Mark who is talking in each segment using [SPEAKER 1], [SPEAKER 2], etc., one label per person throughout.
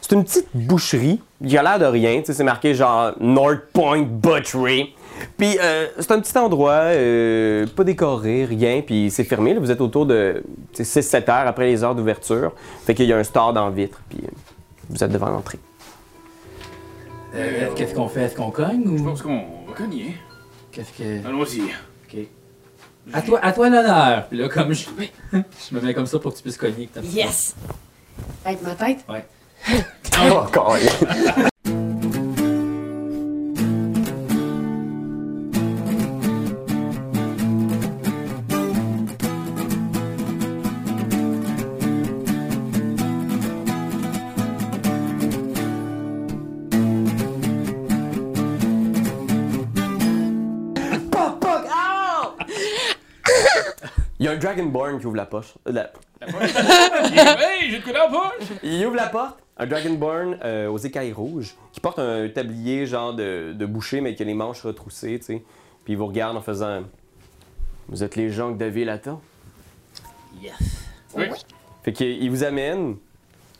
[SPEAKER 1] C'est une petite boucherie. Il a l'air de rien. Tu sais, C'est marqué genre North Point Butchery. Puis euh, c'est un petit endroit, euh, pas décoré, rien. Puis c'est fermé. là. Vous êtes autour de 6-7 heures après les heures d'ouverture. Fait qu'il y a un store dans la vitre. Puis euh, vous êtes devant l'entrée.
[SPEAKER 2] Euh, Qu'est-ce qu'on fait? Est-ce qu'on cogne
[SPEAKER 3] Je
[SPEAKER 2] ou.
[SPEAKER 3] pense Hein? qu'on va cogner.
[SPEAKER 2] Qu'est-ce que.
[SPEAKER 3] Allons-y.
[SPEAKER 2] Ok. À toi, à toi l'honneur! Puis là, comme je. je me mets comme ça pour que tu puisses cogner. que t'as-
[SPEAKER 4] Yes! Avec ma tête?
[SPEAKER 2] Ouais.
[SPEAKER 1] Oh, God. Poc, poc, ah! Il y a un Dragonborn qui ouvre la poche. euh, la-
[SPEAKER 3] hey, j'ai de quoi dans la poche!
[SPEAKER 1] il ouvre la porte. Un Dragonborn euh, aux écailles rouges qui porte un tablier genre de, de boucher mais qui a les manches retroussées, tu sais. Puis il vous regarde en faisant Vous êtes les gens que David attend.
[SPEAKER 3] Oui.
[SPEAKER 1] Fait qu'il il vous amène,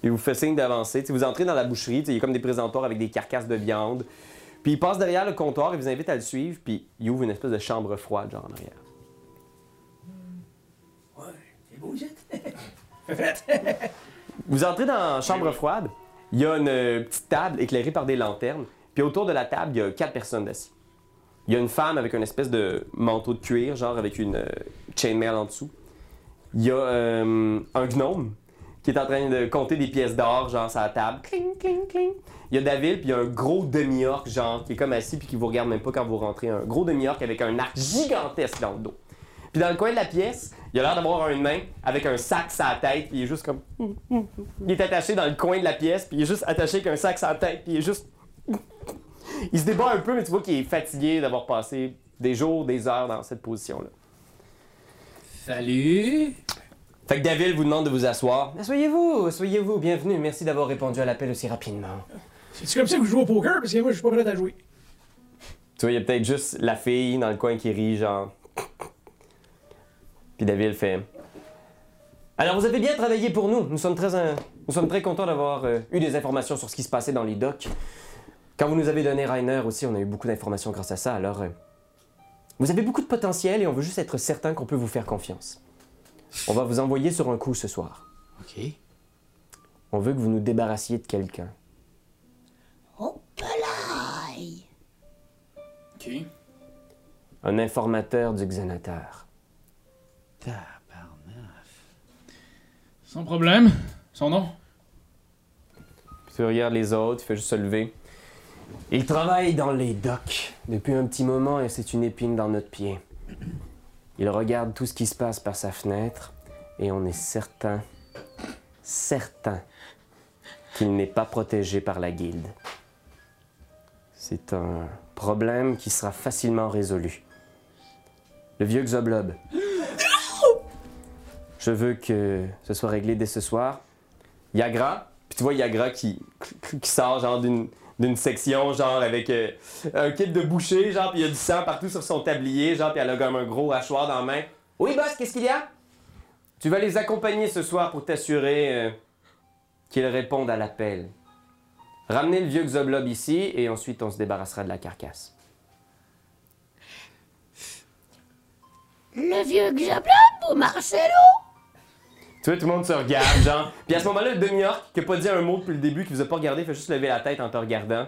[SPEAKER 1] il vous fait signe d'avancer. Tu sais, Vous entrez dans la boucherie, tu sais, il y a comme des présentoirs avec des carcasses de viande. Puis il passe derrière le comptoir, il vous invite à le suivre, puis il ouvre une espèce de chambre froide genre en arrière.
[SPEAKER 2] C'est beau, Jet.
[SPEAKER 1] Vous entrez dans la chambre froide, il y a une euh, petite table éclairée par des lanternes, puis autour de la table, il y a quatre personnes assises. Il y a une femme avec une espèce de manteau de cuir, genre avec une euh, chainmail en dessous. Il y a euh, un gnome qui est en train de compter des pièces d'or, genre sur la table. Cling, cling, cling. Il y a David, puis il y a un gros demi-orc, genre, qui est comme assis, puis qui vous regarde même pas quand vous rentrez. Un gros demi-orc avec un arc gigantesque dans le dos. Puis dans le coin de la pièce, il a l'air d'avoir une main avec un sac sur la tête, puis il est juste comme. Il est attaché dans le coin de la pièce, puis il est juste attaché avec un sac sur la tête, puis il est juste. Il se débat un peu, mais tu vois qu'il est fatigué d'avoir passé des jours, des heures dans cette position-là.
[SPEAKER 2] Salut!
[SPEAKER 1] Fait que David vous demande de vous asseoir. Soyez-vous, soyez-vous, bienvenue. Merci d'avoir répondu à l'appel aussi rapidement.
[SPEAKER 5] C'est comme ça que je joue au poker parce que moi je suis pas prêt à jouer.
[SPEAKER 1] Tu vois, il y a peut-être juste la fille dans le coin qui rit, genre. Puis David fait. Alors, vous avez bien travaillé pour nous. Nous sommes très, euh, nous sommes très contents d'avoir euh, eu des informations sur ce qui se passait dans les docks. Quand vous nous avez donné Rainer aussi, on a eu beaucoup d'informations grâce à ça. Alors, euh, vous avez beaucoup de potentiel et on veut juste être certain qu'on peut vous faire confiance. On va vous envoyer sur un coup ce soir.
[SPEAKER 2] Ok.
[SPEAKER 1] On veut que vous nous débarrassiez de quelqu'un.
[SPEAKER 4] Oh, pelaille!
[SPEAKER 3] Ok.
[SPEAKER 1] Un informateur du Xanatar.
[SPEAKER 3] Sans problème. Son nom?
[SPEAKER 1] Puis tu regardes les autres, il fait juste se lever. Il travaille dans les docks depuis un petit moment et c'est une épine dans notre pied. Il regarde tout ce qui se passe par sa fenêtre et on est certain, certain qu'il n'est pas protégé par la guilde. C'est un problème qui sera facilement résolu. Le vieux Xoblob. Je veux que ce soit réglé dès ce soir. Yagra, puis tu vois Yagra qui, qui sort genre d'une d'une section genre avec euh, un kit de boucher genre puis il y a du sang partout sur son tablier genre puis elle a comme un gros hachoir dans la main. Oui boss, qu'est-ce qu'il y a Tu vas les accompagner ce soir pour t'assurer euh, qu'ils répondent à l'appel. Ramenez le vieux Xoblob ici et ensuite on se débarrassera de la carcasse.
[SPEAKER 4] Le vieux Xablob ou Marcelo?
[SPEAKER 1] Tu vois, tout le monde se regarde, genre. Puis à ce moment-là, le demi-orc qui a pas dit un mot depuis le début, qui vous a pas regardé, fait juste lever la tête en te regardant.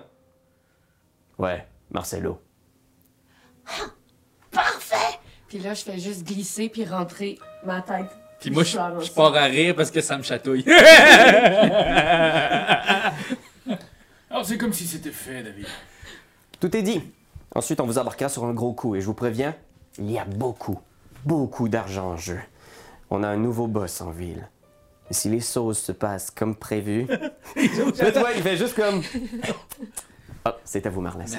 [SPEAKER 1] Ouais, Marcelo.
[SPEAKER 4] Parfait! Puis là, je fais juste glisser puis rentrer ma tête.
[SPEAKER 2] Puis moi, je,
[SPEAKER 4] Genre aussi.
[SPEAKER 2] je pars à rire parce que ça me chatouille.
[SPEAKER 3] Alors, c'est comme si c'était fait, David.
[SPEAKER 1] Tout est dit. Ensuite, on vous embarquera sur un gros coup et je vous préviens, il y a beaucoup, beaucoup d'argent en jeu. On a un nouveau boss en ville. Et si les choses se passent comme prévu. Mais toi, il fait juste comme. Hop, c'est à vous, Marlès.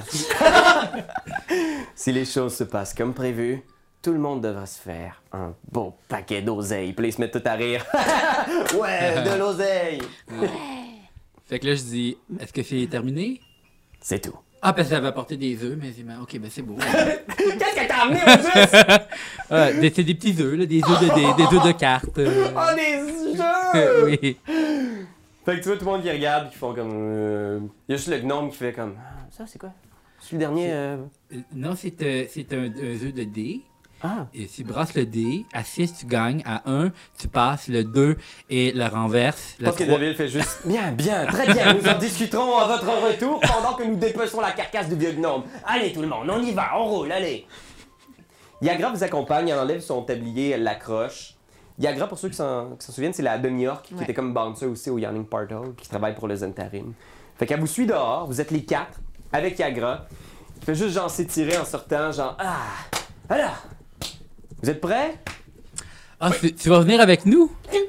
[SPEAKER 1] si les choses se passent comme prévu, tout le monde devra se faire un beau paquet d'oseilles. Puis là, ils se mettent tout à rire. ouais, de l'oseille!
[SPEAKER 2] fait que là, je dis, est-ce que c'est terminé?
[SPEAKER 1] C'est tout.
[SPEAKER 2] Ah, parce que ça va apporter des œufs, mais c'est mar- ok, ben c'est beau.
[SPEAKER 1] Qu'est-ce que t'as amené au bus?
[SPEAKER 2] Ah, des- c'est des petits œufs, là, des œufs de, des, des œufs de cartes. euh,
[SPEAKER 1] Oh, des jeux!
[SPEAKER 2] euh, oui.
[SPEAKER 1] Fait que tu vois tout le monde qui regarde, qui font comme. euh, Il y a juste le gnome qui fait comme. Ah, Ça, c'est quoi Je suis le dernier. euh,
[SPEAKER 6] Euh, Non, c'est euh, c'est un, un jeu de dés.
[SPEAKER 1] Ah
[SPEAKER 6] Et si tu brasses le dé, à 6, tu gagnes. À 1, tu passes. Le 2 et le renverse.
[SPEAKER 1] Je
[SPEAKER 6] Le
[SPEAKER 1] pense que
[SPEAKER 6] trois-
[SPEAKER 1] Deville fait juste. Bien, bien, très bien. Nous en discuterons à votre retour pendant que nous dépeçons la carcasse du vieux gnome. Allez, tout le monde, on y va, on roule, allez. Yagra vous accompagne, elle enlève son tablier, elle l'accroche. Yagra, pour ceux qui s'en qui s'en souviennent, c'est la demi-orque qui
[SPEAKER 7] Ouais.
[SPEAKER 1] était comme bouncer aussi au Yawning Portal, qui travaille pour le Zentarim. Fait qu'elle vous suit dehors, vous êtes les quatre, avec Yagra. Il fait juste genre s'étirer en sortant, genre Ah Alors Vous êtes prêts
[SPEAKER 6] Ah, tu- tu vas venir avec nous?
[SPEAKER 1] Oui,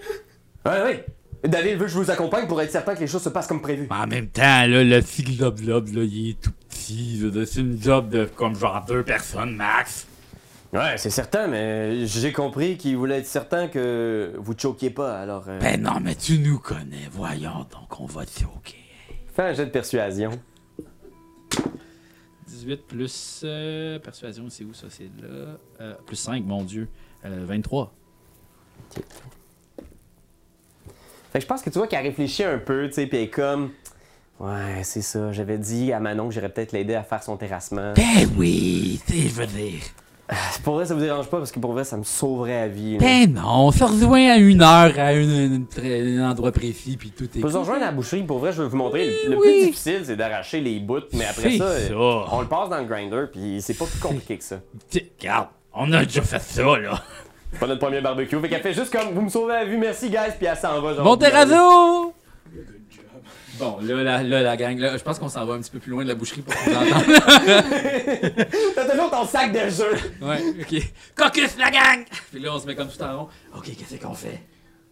[SPEAKER 1] oui. David veut que je vous accompagne pour être certain que les choses se passent comme prévu.
[SPEAKER 6] Mais en même temps, là, le petit globe globe, là, il est tout petit. Je veux dire, C'est une job de comme genre deux personnes max.
[SPEAKER 1] Ouais, Ben, c'est certain, mais j'ai compris qu'il voulait être certain que vous choquiez pas, alors... euh,
[SPEAKER 6] Ben non, mais tu nous connais, voyons, donc on va te OK.
[SPEAKER 1] Fais un jet de persuasion.
[SPEAKER 6] 18 plus euh, persuasion, c'est où ça? C'est là. Euh, plus 5, mon Dieu. Euh, 23.
[SPEAKER 1] Fait que je pense que tu vois qu'elle réfléchit un peu, tu sais, puis elle est comme... Ouais, c'est ça, j'avais dit à Manon que j'irais peut-être l'aider à faire son terrassement.
[SPEAKER 6] Ben oui, tu sais, je veux dire.
[SPEAKER 1] Pour vrai, ça vous dérange pas, parce que pour vrai, ça me sauverait la vie. là.
[SPEAKER 6] Ben non, on se rejoint à une heure, à une- une- une- un endroit précis, puis tout est.
[SPEAKER 1] Vous rejoindre à la boucherie, pour vrai, je vais vous montrer. Le, le
[SPEAKER 6] oui.
[SPEAKER 1] plus difficile, c'est d'arracher les bouts, mais après
[SPEAKER 6] C'est
[SPEAKER 1] ça,
[SPEAKER 6] ça.
[SPEAKER 1] euh, on le passe dans le grinder, puis c'est pas plus compliqué que ça.
[SPEAKER 6] T'sais, Regarde, on a déjà fait ça, là.
[SPEAKER 1] C'est pas notre premier barbecue, fait qu'elle fait juste comme, vous me sauvez la vue, merci guys, puis elle s'en va. genre,
[SPEAKER 6] Monterrazzo! ben, Bon, là, la, là, la gang, là, je pense qu'on s'en va un petit peu plus loin de la boucherie pour vous entendre.
[SPEAKER 1] T'as toujours ton sac de jeu.
[SPEAKER 6] Ouais, ok. Caucus, la gang! Puis là, on se met comme tout en rond. Ok, qu'est-ce qu'on fait?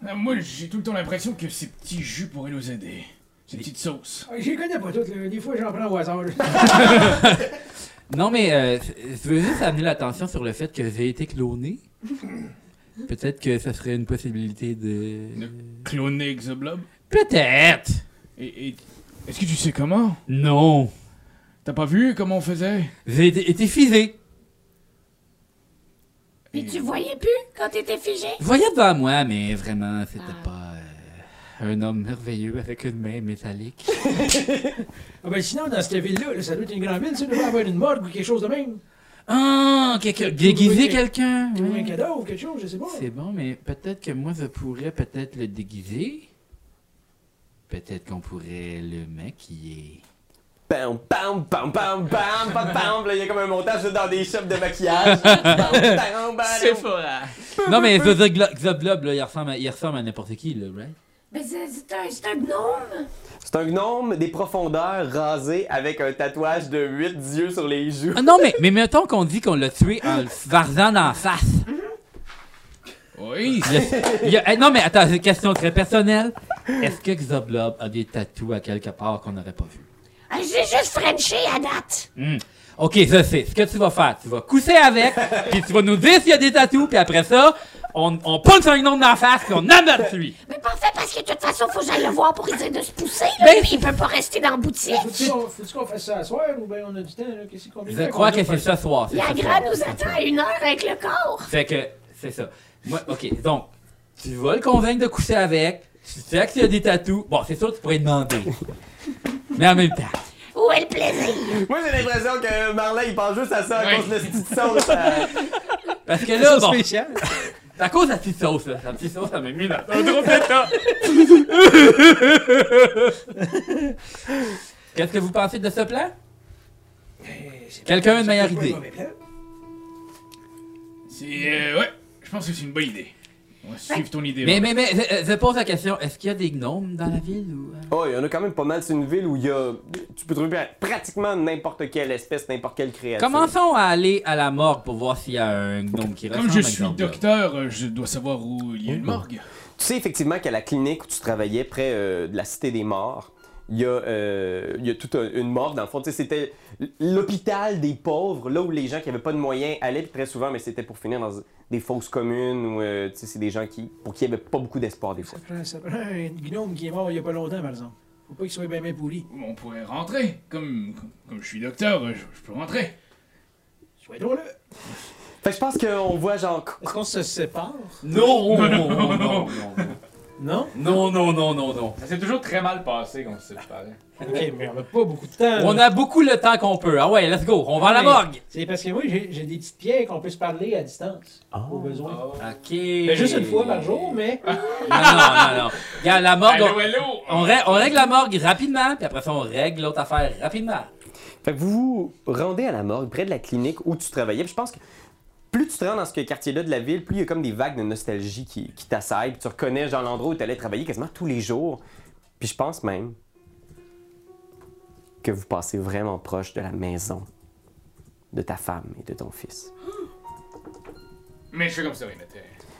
[SPEAKER 3] Ah, Moi, j'ai tout le temps l'impression que ces petits jus pourraient nous aider. Ces petites sauces.
[SPEAKER 5] Ah, Je les connais pas toutes, là. Des fois, j'en prends au hasard. là.
[SPEAKER 6] Non, mais euh, je veux juste amener l'attention sur le fait que j'ai été cloné. Peut-être que ça serait une possibilité de.
[SPEAKER 3] Cloner Exoblob.
[SPEAKER 6] Peut-être!
[SPEAKER 3] Et, et- est-ce que tu sais comment
[SPEAKER 6] Non!
[SPEAKER 3] T'as pas vu comment on faisait
[SPEAKER 6] J'ai été, été figé!
[SPEAKER 8] Puis tu voyais plus quand t'étais figé?
[SPEAKER 6] Je voyais devant moi, mais vraiment, c'était pas. euh, un homme merveilleux avec une main métallique.
[SPEAKER 5] Ah, ben sinon, dans cette ville-là, là, ça doit être une grande ville, ça doit pas avoir une morgue ou quelque chose de même.
[SPEAKER 6] Ah! Quelqu'un. Déguiser quelqu'un!
[SPEAKER 5] Ou un
[SPEAKER 6] ouais.
[SPEAKER 5] cadavre ou quelque chose, je sais pas.
[SPEAKER 6] C'est bon, mais peut-être que moi, je pourrais peut-être le déguiser. Peut-être qu'on pourrait le maquiller.
[SPEAKER 1] Pam, pam, pam, pam, pam, pam, pam. Là, il y a comme un montage dans des shops de maquillage. Pam, pam, pam.
[SPEAKER 6] pas Non, mais The, the Glo- The Blob, là, il ressemble à, il ressemble à n'importe qui, là, right?
[SPEAKER 8] Mais c'est c'est un, c'est un gnome!
[SPEAKER 1] C'est un gnome des profondeurs rasé avec un tatouage de 8 yeux sur les joues.
[SPEAKER 6] Ah non, mais, mais mettons qu'on dit qu'on l'a tué en le varzant d'en face.
[SPEAKER 3] Oui,
[SPEAKER 6] Le- il y a- eh, non, mais attends, c'est une question très personnelle. Est-ce que Xoblob a des tatous à quelque part qu'on n'aurait pas vu?
[SPEAKER 8] Ah, J'ai juste Frenché à date!
[SPEAKER 6] Hmm. Ok, ça c'est. Ce que tu vas faire, tu vas cousser avec, puis tu vas nous dire s'il y a des tatous, puis après ça, on, on punch un gnome d'en face, puis on abat lui.
[SPEAKER 8] Mais parfait, parce que de toute façon, faut que j'aille le voir pour lui dire de se pousser, là.
[SPEAKER 6] Ben-
[SPEAKER 8] Lui, il peut pas rester dans la boutique.
[SPEAKER 5] Faut-tu qu'on- Faut-tu qu'on fasse ça à soir ou bien on a du temps, là? Qu'est-ce qu'on
[SPEAKER 6] Je crois que c'est ce soir. c'est ce soir.
[SPEAKER 8] Yagra nous attend à une heure avec le corps.
[SPEAKER 6] Fait que, c'est ça. Moi, ok, donc, tu vas le convaincre de coucher avec, tu sais qu'il y a des tatous. Bon, c'est sûr, tu pourrais demander. Mais en même temps.
[SPEAKER 8] Où est le plaisir?
[SPEAKER 1] Moi, j'ai l'impression que Marlin, il pense juste à ça à
[SPEAKER 3] Ouais.
[SPEAKER 1] cause de cette petite sauce. euh.
[SPEAKER 6] Parce que là, bon,
[SPEAKER 5] spécial.
[SPEAKER 6] c'est à cause de la petite sauce, là. La petite sauce, ça m'a mis dans un drôle d'état. Qu'est-ce que vous pensez de ce plan? Quelqu'un a une meilleure idée.
[SPEAKER 3] c'est. euh, ouais, je pense que c'est une bonne idée. On va suivre ton idée.
[SPEAKER 6] Mais, mais, mais, je, je pose la question, est-ce qu'il y a des gnomes dans la ville ou... euh?
[SPEAKER 1] Oh, il y en a quand même pas mal. C'est une ville où il y a. Tu peux trouver pratiquement n'importe quelle espèce, n'importe quelle créature.
[SPEAKER 6] Commençons à aller à la morgue pour voir s'il y a un gnome qui ressemble
[SPEAKER 3] Comme je
[SPEAKER 6] à
[SPEAKER 3] suis
[SPEAKER 6] Xoblob.
[SPEAKER 3] docteur, euh, je dois savoir où il y a une morgue.
[SPEAKER 1] Tu sais effectivement qu'à la clinique où tu travaillais, près euh, de la Cité des Morts, il y a, euh, il y a toute un- une morgue, dans le fond. Tu sais, c'était l'hôpital des pauvres, là où les gens qui n'avaient pas de moyens allaient puis très souvent, mais c'était pour finir dans des fausses communes ou euh, tu sais, c'est des gens qui, pour qui il n'y avait pas beaucoup d'espoir des fois.
[SPEAKER 5] Ça prend, ça prend un gnome qui est mort il y a pas longtemps, par exemple. Faut pas qu'il soit bien, bien pourri.
[SPEAKER 3] On pourrait rentrer. Comme, comme je suis docteur, euh, je, je peux rentrer.
[SPEAKER 5] Soyons-le.
[SPEAKER 1] Fait que je pense qu'on voit genre...
[SPEAKER 5] Est-ce qu'on se sépare?
[SPEAKER 6] Non, non, non, non, non.
[SPEAKER 5] Non?
[SPEAKER 2] Non, non, non, non, non.
[SPEAKER 9] Ça s'est toujours très mal passé quand on s'est séparés.
[SPEAKER 5] Ok, mais on n'a pas beaucoup de temps. là.
[SPEAKER 2] On a beaucoup le temps qu'on peut. Ah ouais, let's go, on va à la
[SPEAKER 5] Ouais.
[SPEAKER 2] morgue.
[SPEAKER 5] C'est parce que moi, j'ai j'ai des petites pierres qu'on peut se parler à distance,
[SPEAKER 6] Ah.
[SPEAKER 5] au besoin.
[SPEAKER 2] Ok.
[SPEAKER 5] Mais juste une fois par jour, mais.
[SPEAKER 2] Non, non, non, non. Regarde, la morgue,
[SPEAKER 9] Hello,
[SPEAKER 2] on,
[SPEAKER 9] hello!
[SPEAKER 2] on rè- on règle la morgue rapidement, puis après ça, on règle l'autre affaire rapidement.
[SPEAKER 1] Fait que vous vous rendez à la morgue, près de la clinique où tu travaillais. Puis je pense que plus tu te rends dans ce quartier-là de la ville, plus il y a comme des vagues de nostalgie qui, qui t'assaillent. Puis tu reconnais genre l'endroit où tu allais travailler quasiment tous les jours. Puis je pense même que vous passez vraiment proche de la maison de ta femme et de ton fils.
[SPEAKER 9] Mais je fais comme ça, oui, mais t'es-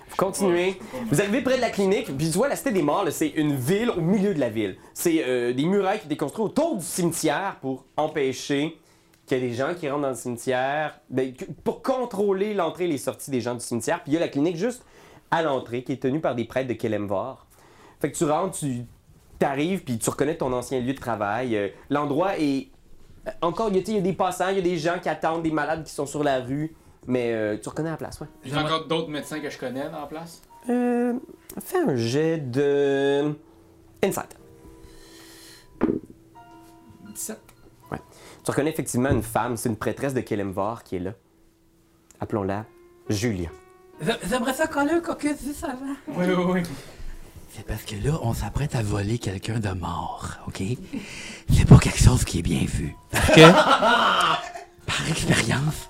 [SPEAKER 1] Vous continuez. Vous arrivez près de la clinique, puis tu vois la Cité des Morts, là, c'est une ville au milieu de la ville. C'est euh, des murailles qui étaient construites autour du cimetière pour empêcher qu'il y ait des gens qui rentrent dans le cimetière, ben, que- pour contrôler l'entrée et les sorties des gens du cimetière. Puis il y a la clinique juste à l'entrée qui est tenue par des prêtres de Kelemvar. Fait que tu rentres, tu t'arrives, puis tu reconnais ton ancien lieu de travail. Euh, L'endroit est... euh, Encore, il y a- tu sais, il y a des passants, il y a des gens qui attendent, des malades qui sont sur la rue, mais euh, tu reconnais la place, ouais.
[SPEAKER 9] J'ai encore d'autres médecins que je connais en place.
[SPEAKER 1] Euh, fais un jet de. Insight.
[SPEAKER 9] 17.
[SPEAKER 1] Tu reconnais effectivement une femme, c'est une prêtresse de Kelemvar qui est là. Appelons-la Julia.
[SPEAKER 2] J'a- J'aimerais ça coller un caucus juste avant.
[SPEAKER 9] Oui, oui, oui.
[SPEAKER 2] C'est parce que là, on s'apprête à voler quelqu'un de mort, OK? C'est pas quelque chose qui est bien vu. Parce que, par expérience,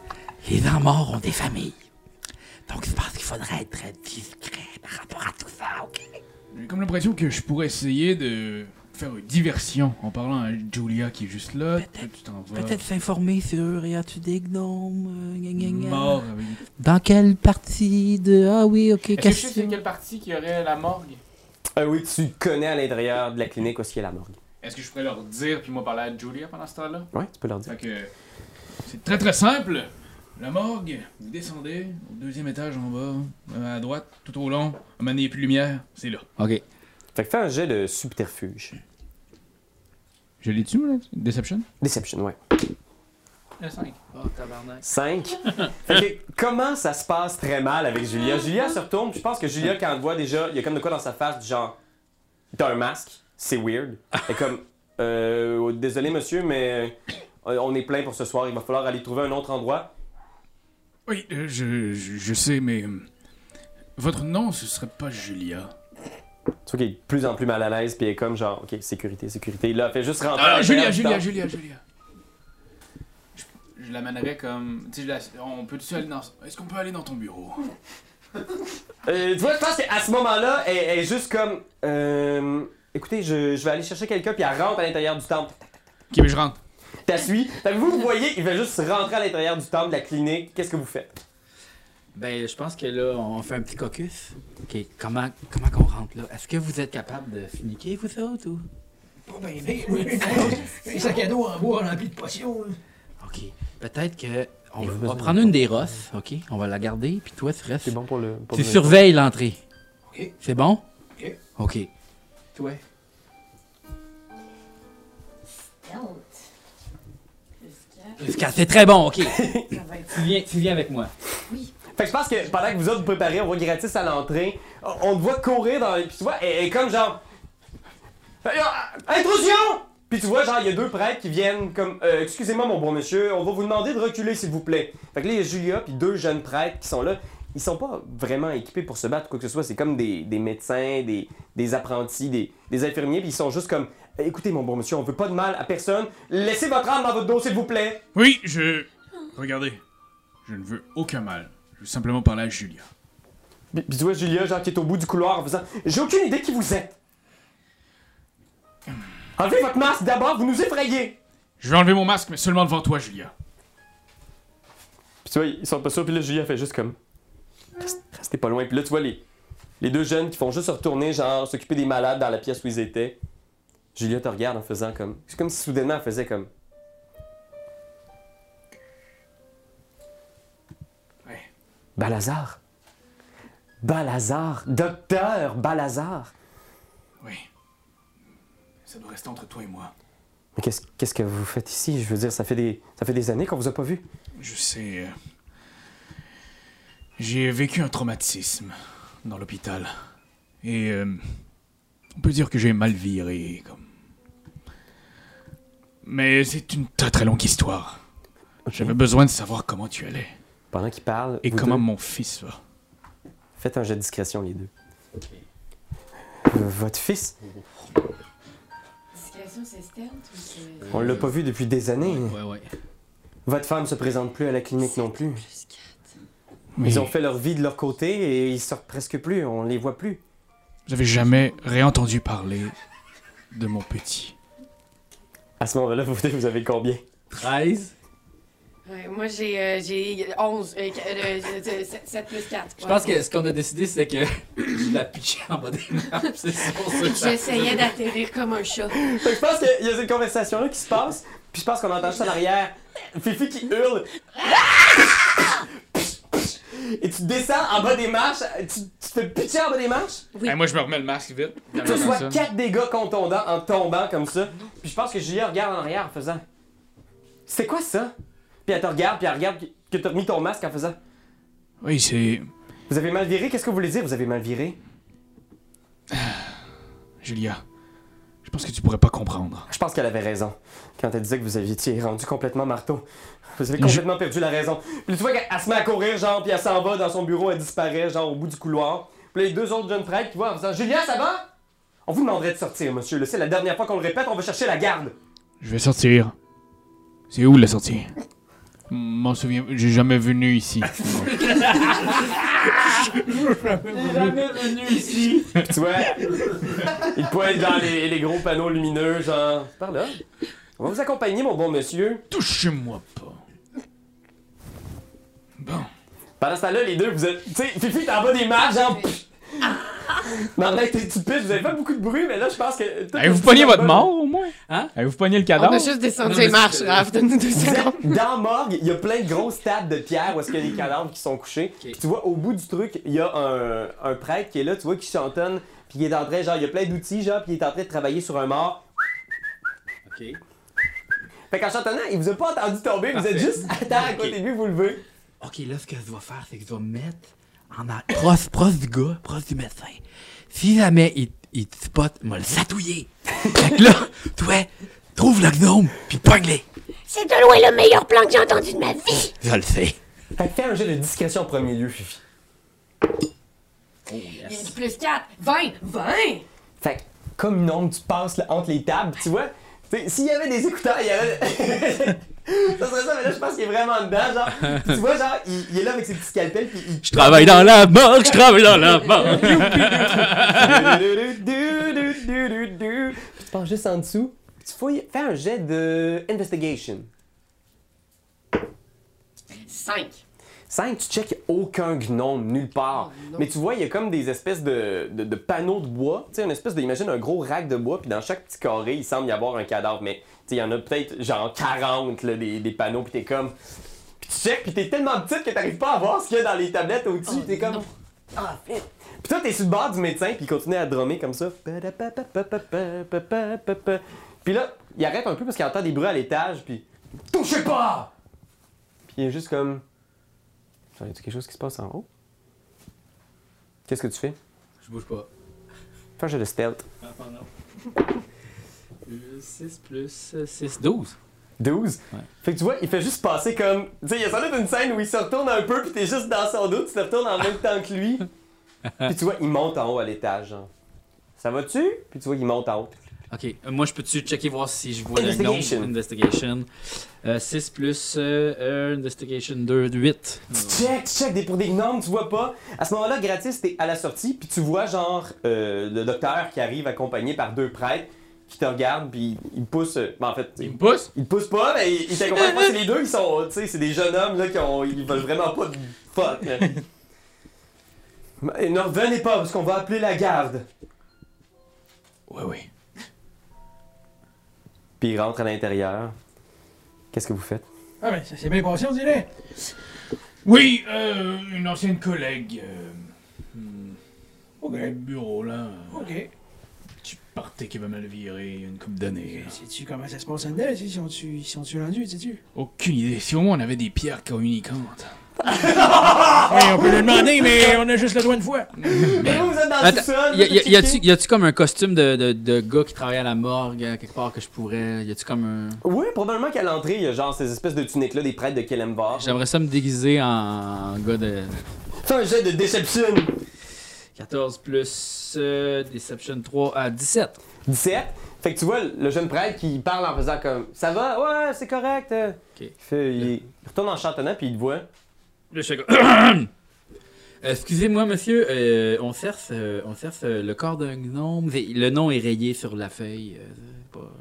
[SPEAKER 2] les gens morts ont des familles. Donc, je pense qu'il faudrait être très discret par rapport à tout ça, OK?
[SPEAKER 3] J'ai comme l'impression que je pourrais essayer de faire une diversion en parlant à Julia qui est juste là. Toi, tu t'en vas.
[SPEAKER 2] Peut-être s'informer sur et as-tu des gnomes? euh, gna, gna, gna.
[SPEAKER 3] Mort avec
[SPEAKER 2] Dans quelle partie de. Ah oui, OK,
[SPEAKER 9] Est-ce que je sais c'est
[SPEAKER 2] question.
[SPEAKER 9] quelle partie qui aurait la morgue?
[SPEAKER 1] Ah oui, tu connais à l'intérieur de la clinique aussi à la morgue.
[SPEAKER 9] Est-ce que je pourrais leur dire, puis moi parler à Julia pendant ce temps-là?
[SPEAKER 1] Ouais, tu peux leur dire.
[SPEAKER 9] Fait que.
[SPEAKER 3] C'est très très simple. La morgue, vous descendez au deuxième étage en bas, euh, à droite, tout au long. À manier plus de lumière, c'est là.
[SPEAKER 2] OK.
[SPEAKER 1] Fait que fais un jet de subterfuge.
[SPEAKER 3] Je l'ai tué, là Deception
[SPEAKER 1] Deception, ouais.
[SPEAKER 9] Le 5.
[SPEAKER 1] 5. Fait que comment ça se passe très mal avec Julia? Julia se retourne, puis je pense que Julia, quand elle te voit déjà, il y a comme de quoi dans sa face, du genre, t'as un masque, c'est weird. Et comme, euh, désolé monsieur, mais euh, on est plein pour ce soir, il va falloir aller trouver un autre endroit.
[SPEAKER 3] Oui, euh, je, je, je sais, mais. euh, Votre nom, ce serait pas Julia.
[SPEAKER 1] Tu vois qu'il est de plus en plus mal à l'aise, puis elle est comme genre, ok, sécurité, sécurité. Là, elle fait juste rentrer. à
[SPEAKER 3] Ah, Julia,
[SPEAKER 1] l'intérieur du
[SPEAKER 3] Julia,
[SPEAKER 1] temple.
[SPEAKER 3] Julia, Julia.
[SPEAKER 9] Je l'amènerais comme. Tu sais, je la- on peut-tu aller dans.
[SPEAKER 3] Est-ce qu'on peut aller dans ton bureau
[SPEAKER 1] Euh, tu vois, je pense qu'à ce moment-là, elle, elle est juste comme, euh, écoutez, je, je vais aller chercher quelqu'un, puis elle rentre à l'intérieur du temple.
[SPEAKER 3] Ok, mais je rentre.
[SPEAKER 1] T'as suivi. Fait que vous, vous voyez, il va juste rentrer à l'intérieur du temple de la clinique. Qu'est-ce que vous faites?
[SPEAKER 2] Ben, je pense que là, on fait un petit caucus. OK, comment, comment qu'on rentre là? Est-ce que vous êtes capable de finiquer, vous autres, ou?
[SPEAKER 5] Pas bien, bien, oui. Un sac à dos en bois rempli de potions. hein. là.
[SPEAKER 2] OK, peut-être que... On va,
[SPEAKER 1] vous
[SPEAKER 2] on va
[SPEAKER 1] besoin
[SPEAKER 2] prendre une des rosses, OK? On va la garder, puis toi, tu restes...
[SPEAKER 1] bon pour le.
[SPEAKER 2] Tu surveilles l'entrée.
[SPEAKER 5] OK.
[SPEAKER 2] C'est bon?
[SPEAKER 5] OK.
[SPEAKER 2] OK.
[SPEAKER 5] Toi.
[SPEAKER 2] Jusqu'à- C'est très bon, OK.
[SPEAKER 4] Ça va être
[SPEAKER 2] tu, viens, tu viens avec moi.
[SPEAKER 1] Fait que je pense que pendant que vous autres vous préparez, on voit gratis à l'entrée, on te voit courir dans les. Puis tu vois, elle est comme genre. Hey, ah, Intrusion! Puis tu vois, genre, il y a deux prêtres qui viennent comme. euh, Excusez-moi, mon bon monsieur, on va vous demander de reculer, s'il vous plaît. Fait que là, il y a Julia, puis deux jeunes prêtres qui sont là. Ils sont pas vraiment équipés pour se battre ou quoi que ce soit. C'est comme des, des médecins, des, des apprentis, des, des infirmiers, puis ils sont juste comme. Écoutez, mon bon monsieur, on veut pas de mal à personne. Laissez votre arme dans votre dos, s'il vous plaît.
[SPEAKER 3] Oui, je. Regardez, je ne veux aucun mal. Je veux simplement parler à Julia.
[SPEAKER 1] Puis puis tu vois Julia, genre, qui est au bout du couloir en faisant J'ai aucune idée qui vous êtes. Enlevez votre masque d'abord, vous nous effrayez.
[SPEAKER 3] Je vais enlever mon masque, mais seulement devant toi, Julia.
[SPEAKER 1] Puis tu vois, ils sont pas sûrs, puis là, Julia fait juste comme Reste- Restez pas loin. Puis là, tu vois les, les deux jeunes qui font juste se retourner, genre, s'occuper des malades dans la pièce où ils étaient. Julia te regarde en faisant comme. C'est comme si soudainement elle faisait comme
[SPEAKER 9] Ouais.
[SPEAKER 1] Balazar. Balazar. Docteur Balazar.
[SPEAKER 9] Oui. Ça doit rester entre toi et moi.
[SPEAKER 1] Mais qu'est-ce qu'est-ce que vous faites ici? Je veux dire, ça fait des, ça fait des années qu'on vous a pas vu.
[SPEAKER 3] Je sais. euh, J'ai vécu un traumatisme dans l'hôpital. Et euh, On peut dire que j'ai mal viré, comme. Mais c'est une très très longue histoire. J'avais besoin de savoir comment tu allais
[SPEAKER 1] Pendant qu'il parle,
[SPEAKER 3] et
[SPEAKER 1] vous
[SPEAKER 3] comment
[SPEAKER 1] deux,
[SPEAKER 3] mon fils va.
[SPEAKER 1] faites un jet de discrétion, les deux. Euh, Votre fils,
[SPEAKER 4] Discrétion, c'est stealth ou c'est.
[SPEAKER 1] on l'a pas vu depuis des années.
[SPEAKER 6] Ouais, ouais.
[SPEAKER 1] Votre femme se présente plus à la clinique non plus.
[SPEAKER 4] Plus quatre.
[SPEAKER 3] Mais
[SPEAKER 1] Ils ont fait leur vie de leur côté et ils sortent presque plus, on les voit plus.
[SPEAKER 3] j'avais jamais réentendu parler de mon petit.
[SPEAKER 1] À ce moment-là, vous, vous avez combien
[SPEAKER 6] 13.
[SPEAKER 4] Ouais, moi, j'ai, euh, j'ai 11. Euh, 7 plus 4.
[SPEAKER 6] Je pense que ce qu'on a décidé, c'est que je la pitchais en bas des marches, c'est sûr, c'est ça.
[SPEAKER 4] J'essayais d'atterrir comme un chat.
[SPEAKER 1] Fait que je pense qu'il y a cette conversation-là qui se passe, puis je pense qu'on entend juste à l'arrière Fifi qui hurle. Et tu descends en bas des marches, tu, tu te fais pitcher en bas des marches,
[SPEAKER 4] Oui.
[SPEAKER 3] Eh, moi, je me remets le masque vite.
[SPEAKER 1] tu reçois 4 dégâts contondants en tombant comme ça. Puis je pense que Julia regarde en arrière en faisant C'est quoi ça Puis elle te regarde, puis elle regarde que t'as mis ton masque en faisant
[SPEAKER 3] Oui, c'est.
[SPEAKER 1] Vous avez mal viré, qu'est-ce que vous voulez dire Vous avez mal viré
[SPEAKER 3] Julia. Je pense que tu pourrais pas comprendre.
[SPEAKER 1] Je pense qu'elle avait raison quand elle disait que vous aviez été rendu complètement marteau. Vous avez complètement perdu la raison. Puis tu vois qu'elle elle se met à courir, genre, puis elle s'en va dans son bureau, elle disparaît, genre, au bout du couloir. Puis là, les deux autres jeunes prêtres qui voient en faisant Julien, ça va On vous demanderait de sortir, monsieur. là, C'est la dernière fois qu'on le répète, on va chercher la garde.
[SPEAKER 3] Je vais sortir. C'est où la sortie M'en souviens, j'ai jamais venu ici.
[SPEAKER 1] Puis tu vois, il pointe dans les, les gros panneaux lumineux, genre, C'est par là. On va vous accompagner, mon bon monsieur.
[SPEAKER 3] Touchez-moi pas. Bon.
[SPEAKER 1] Pendant ce temps-là, les deux, vous êtes. Tu sais, Fifi, t'es en bas des marches, genre. pff. Dans la tête, tu te pisses, vous avez pas beaucoup de bruit, mais là, je pense que.
[SPEAKER 3] Avez-vous pogné votre mort au moins
[SPEAKER 6] Hein?
[SPEAKER 3] Avez-vous pogné
[SPEAKER 4] On
[SPEAKER 3] le
[SPEAKER 2] Ah,
[SPEAKER 3] cadavre
[SPEAKER 4] a juste descendu
[SPEAKER 6] Non, mais
[SPEAKER 4] les marches,
[SPEAKER 6] c'est-
[SPEAKER 4] Raph. Donne-nous deux
[SPEAKER 1] Vous
[SPEAKER 4] secondes.
[SPEAKER 1] êtes dans morgue, il y a plein de grosses tables de pierre où est-ce qu'il y a des cadavres qui sont couchés. Puis tu vois, au bout du truc, il y a un, un prêtre qui est là, tu vois, qui chantonne, puis il est en train, genre, il y a plein d'outils, genre, puis il est en train de travailler sur un mort.
[SPEAKER 6] Ok.
[SPEAKER 1] Fait qu'en chantonnant, il vous a pas entendu tomber, vous êtes juste à terre à côté de lui, vous levez.
[SPEAKER 2] Ok, là, ce que je dois faire, c'est que je dois me mettre en a- proche, proche du gars, proche du médecin. Si jamais il, il te spot, m'a le satouiller. fait que là, toi, trouve le gnome, puis pogne-les.
[SPEAKER 8] C'est de loin le meilleur plan que j'ai entendu de ma vie.
[SPEAKER 2] Je le sais.
[SPEAKER 1] Fait que fais un jeu de discrétion en premier lieu, Fifi.
[SPEAKER 4] Plus 4. 20. 20.
[SPEAKER 1] Fait que, comme une ombre, tu passes là, entre les tables, tu vois. Tu sais, S'il y avait des écouteurs, il y avait. ça serait ça, mais là, je pense qu'il est vraiment dedans, genre. Tu vois, genre, il, il est là avec ses petits scalpels, puis il
[SPEAKER 2] Je travaille dans la mort, je travaille dans la mort.
[SPEAKER 1] Du-du-du-du-du-du-du-du. Puis tu passes juste en dessous. puis Tu fouilles, fais un jet de investigation.
[SPEAKER 4] 5.
[SPEAKER 1] 5, tu checkes aucun gnome nulle part.
[SPEAKER 4] Oh non.
[SPEAKER 1] Mais tu vois, il y a comme des espèces de, de- de panneaux de bois. Tu sais, une espèce de, imagine un gros rack de bois, puis dans chaque petit carré, il semble y avoir un cadavre. Mais tu sais, il y en a peut-être genre 40 là, des, des panneaux, puis t'es comme. Puis tu checkes, puis t'es tellement petite que t'arrives pas à voir ce qu'il y a dans les tablettes au-dessus.
[SPEAKER 4] Oh
[SPEAKER 1] t'es comme.
[SPEAKER 4] non.
[SPEAKER 1] Ah, flip! Puis toi, t'es sur le bord du médecin, puis il continue à drummer comme ça. Pa-da-pa-pa-pa-pa-pa-pa-pa-pa. Puis là, il arrête un peu parce qu'il entend des bruits à l'étage, puis. Touchez pas! Puis il est juste comme. Attends, y a quelque chose qui se passe en haut? Qu'est-ce que tu fais?
[SPEAKER 6] Je bouge pas.
[SPEAKER 1] Fais un jeu de stealth.
[SPEAKER 6] Ah, pardon. 6 plus euh, 6, 12.
[SPEAKER 1] 12.
[SPEAKER 6] Ouais.
[SPEAKER 1] Fait que tu vois, il fait juste passer comme. Tu sais, il y a sans doute une scène où il se retourne un peu, puis t'es juste dans son dos, tu te retournes en même temps que lui. Puis tu vois, il monte en haut à l'étage, genre. Ça va-tu? Puis tu vois, il monte en haut.
[SPEAKER 6] Ok, euh, moi je peux-tu checker voir si je vois le nom
[SPEAKER 1] Investigation.
[SPEAKER 6] Investigation. 6 plus euh, euh, Investigation 2, 8.
[SPEAKER 1] Tu check, tu check, des, pour des gnomes, tu vois pas. À ce moment-là, gratis, t'es à la sortie, puis tu vois, genre, euh, le docteur qui arrive accompagné par deux prêtres qui te regardent, puis ils poussent. euh, ben, en fait,
[SPEAKER 3] Il me
[SPEAKER 1] ils
[SPEAKER 3] pousse
[SPEAKER 1] ils te poussent pas, mais ils ils t'accompagnent pas. C'est les deux, ils sont. Tu sais, c'est des jeunes hommes, là, qui ont. Ils veulent vraiment pas de fuck. là. Mais ne revenez pas, parce qu'on va appeler la garde.
[SPEAKER 3] Ouais, ouais.
[SPEAKER 1] Puis ils rentrent à l'intérieur. Qu'est-ce que vous faites?
[SPEAKER 5] Ah, ben, ça s'est bien passé, on dirait.
[SPEAKER 3] Oui, euh, une ancienne collègue. euh, hmm,
[SPEAKER 5] Ok.
[SPEAKER 3] au bureau, là. euh,
[SPEAKER 5] OK.
[SPEAKER 3] Tu partais qui va mal virer il y a une couple d'années. là.
[SPEAKER 5] euh, Sais-tu comment ça se passe en dedans? Ils sont-tu sont rendus, sais-tu?
[SPEAKER 3] Aucune idée. Si au moins on avait des pierres communicantes.
[SPEAKER 5] Oui, on peut le demander, mais on a juste le droit une fois.
[SPEAKER 1] Mais vous, vous êtes dans le
[SPEAKER 6] Attends,
[SPEAKER 1] sous-sol.
[SPEAKER 6] y, a-
[SPEAKER 1] vous
[SPEAKER 6] y a- y a-tu-
[SPEAKER 1] cliquez.
[SPEAKER 6] y a-tu comme un costume de, de- de gars qui travaille à la morgue euh, quelque part que je pourrais. Y a-tu comme un.
[SPEAKER 1] Oui, probablement qu'à l'entrée, il y a genre ces espèces de tuniques-là des prêtres de Kellemvar.
[SPEAKER 6] J'aimerais ça me déguiser en, en gars de.
[SPEAKER 1] Fais un jet de déception.
[SPEAKER 6] 14 plus euh, Deception 3 à 17.
[SPEAKER 1] 17. Fait que tu vois le jeune prêtre qui parle en faisant comme Ça va, ouais, c'est correct. euh.
[SPEAKER 6] Ok.
[SPEAKER 1] Il, fait- il- il retourne en chantonnant puis il te voit.
[SPEAKER 6] Le chef- Euh, Excusez-moi, monsieur, euh, on cherche, euh, on cherche euh, le corps d'un gnome. C'est- Le nom est rayé sur la feuille. euh, c'est pas-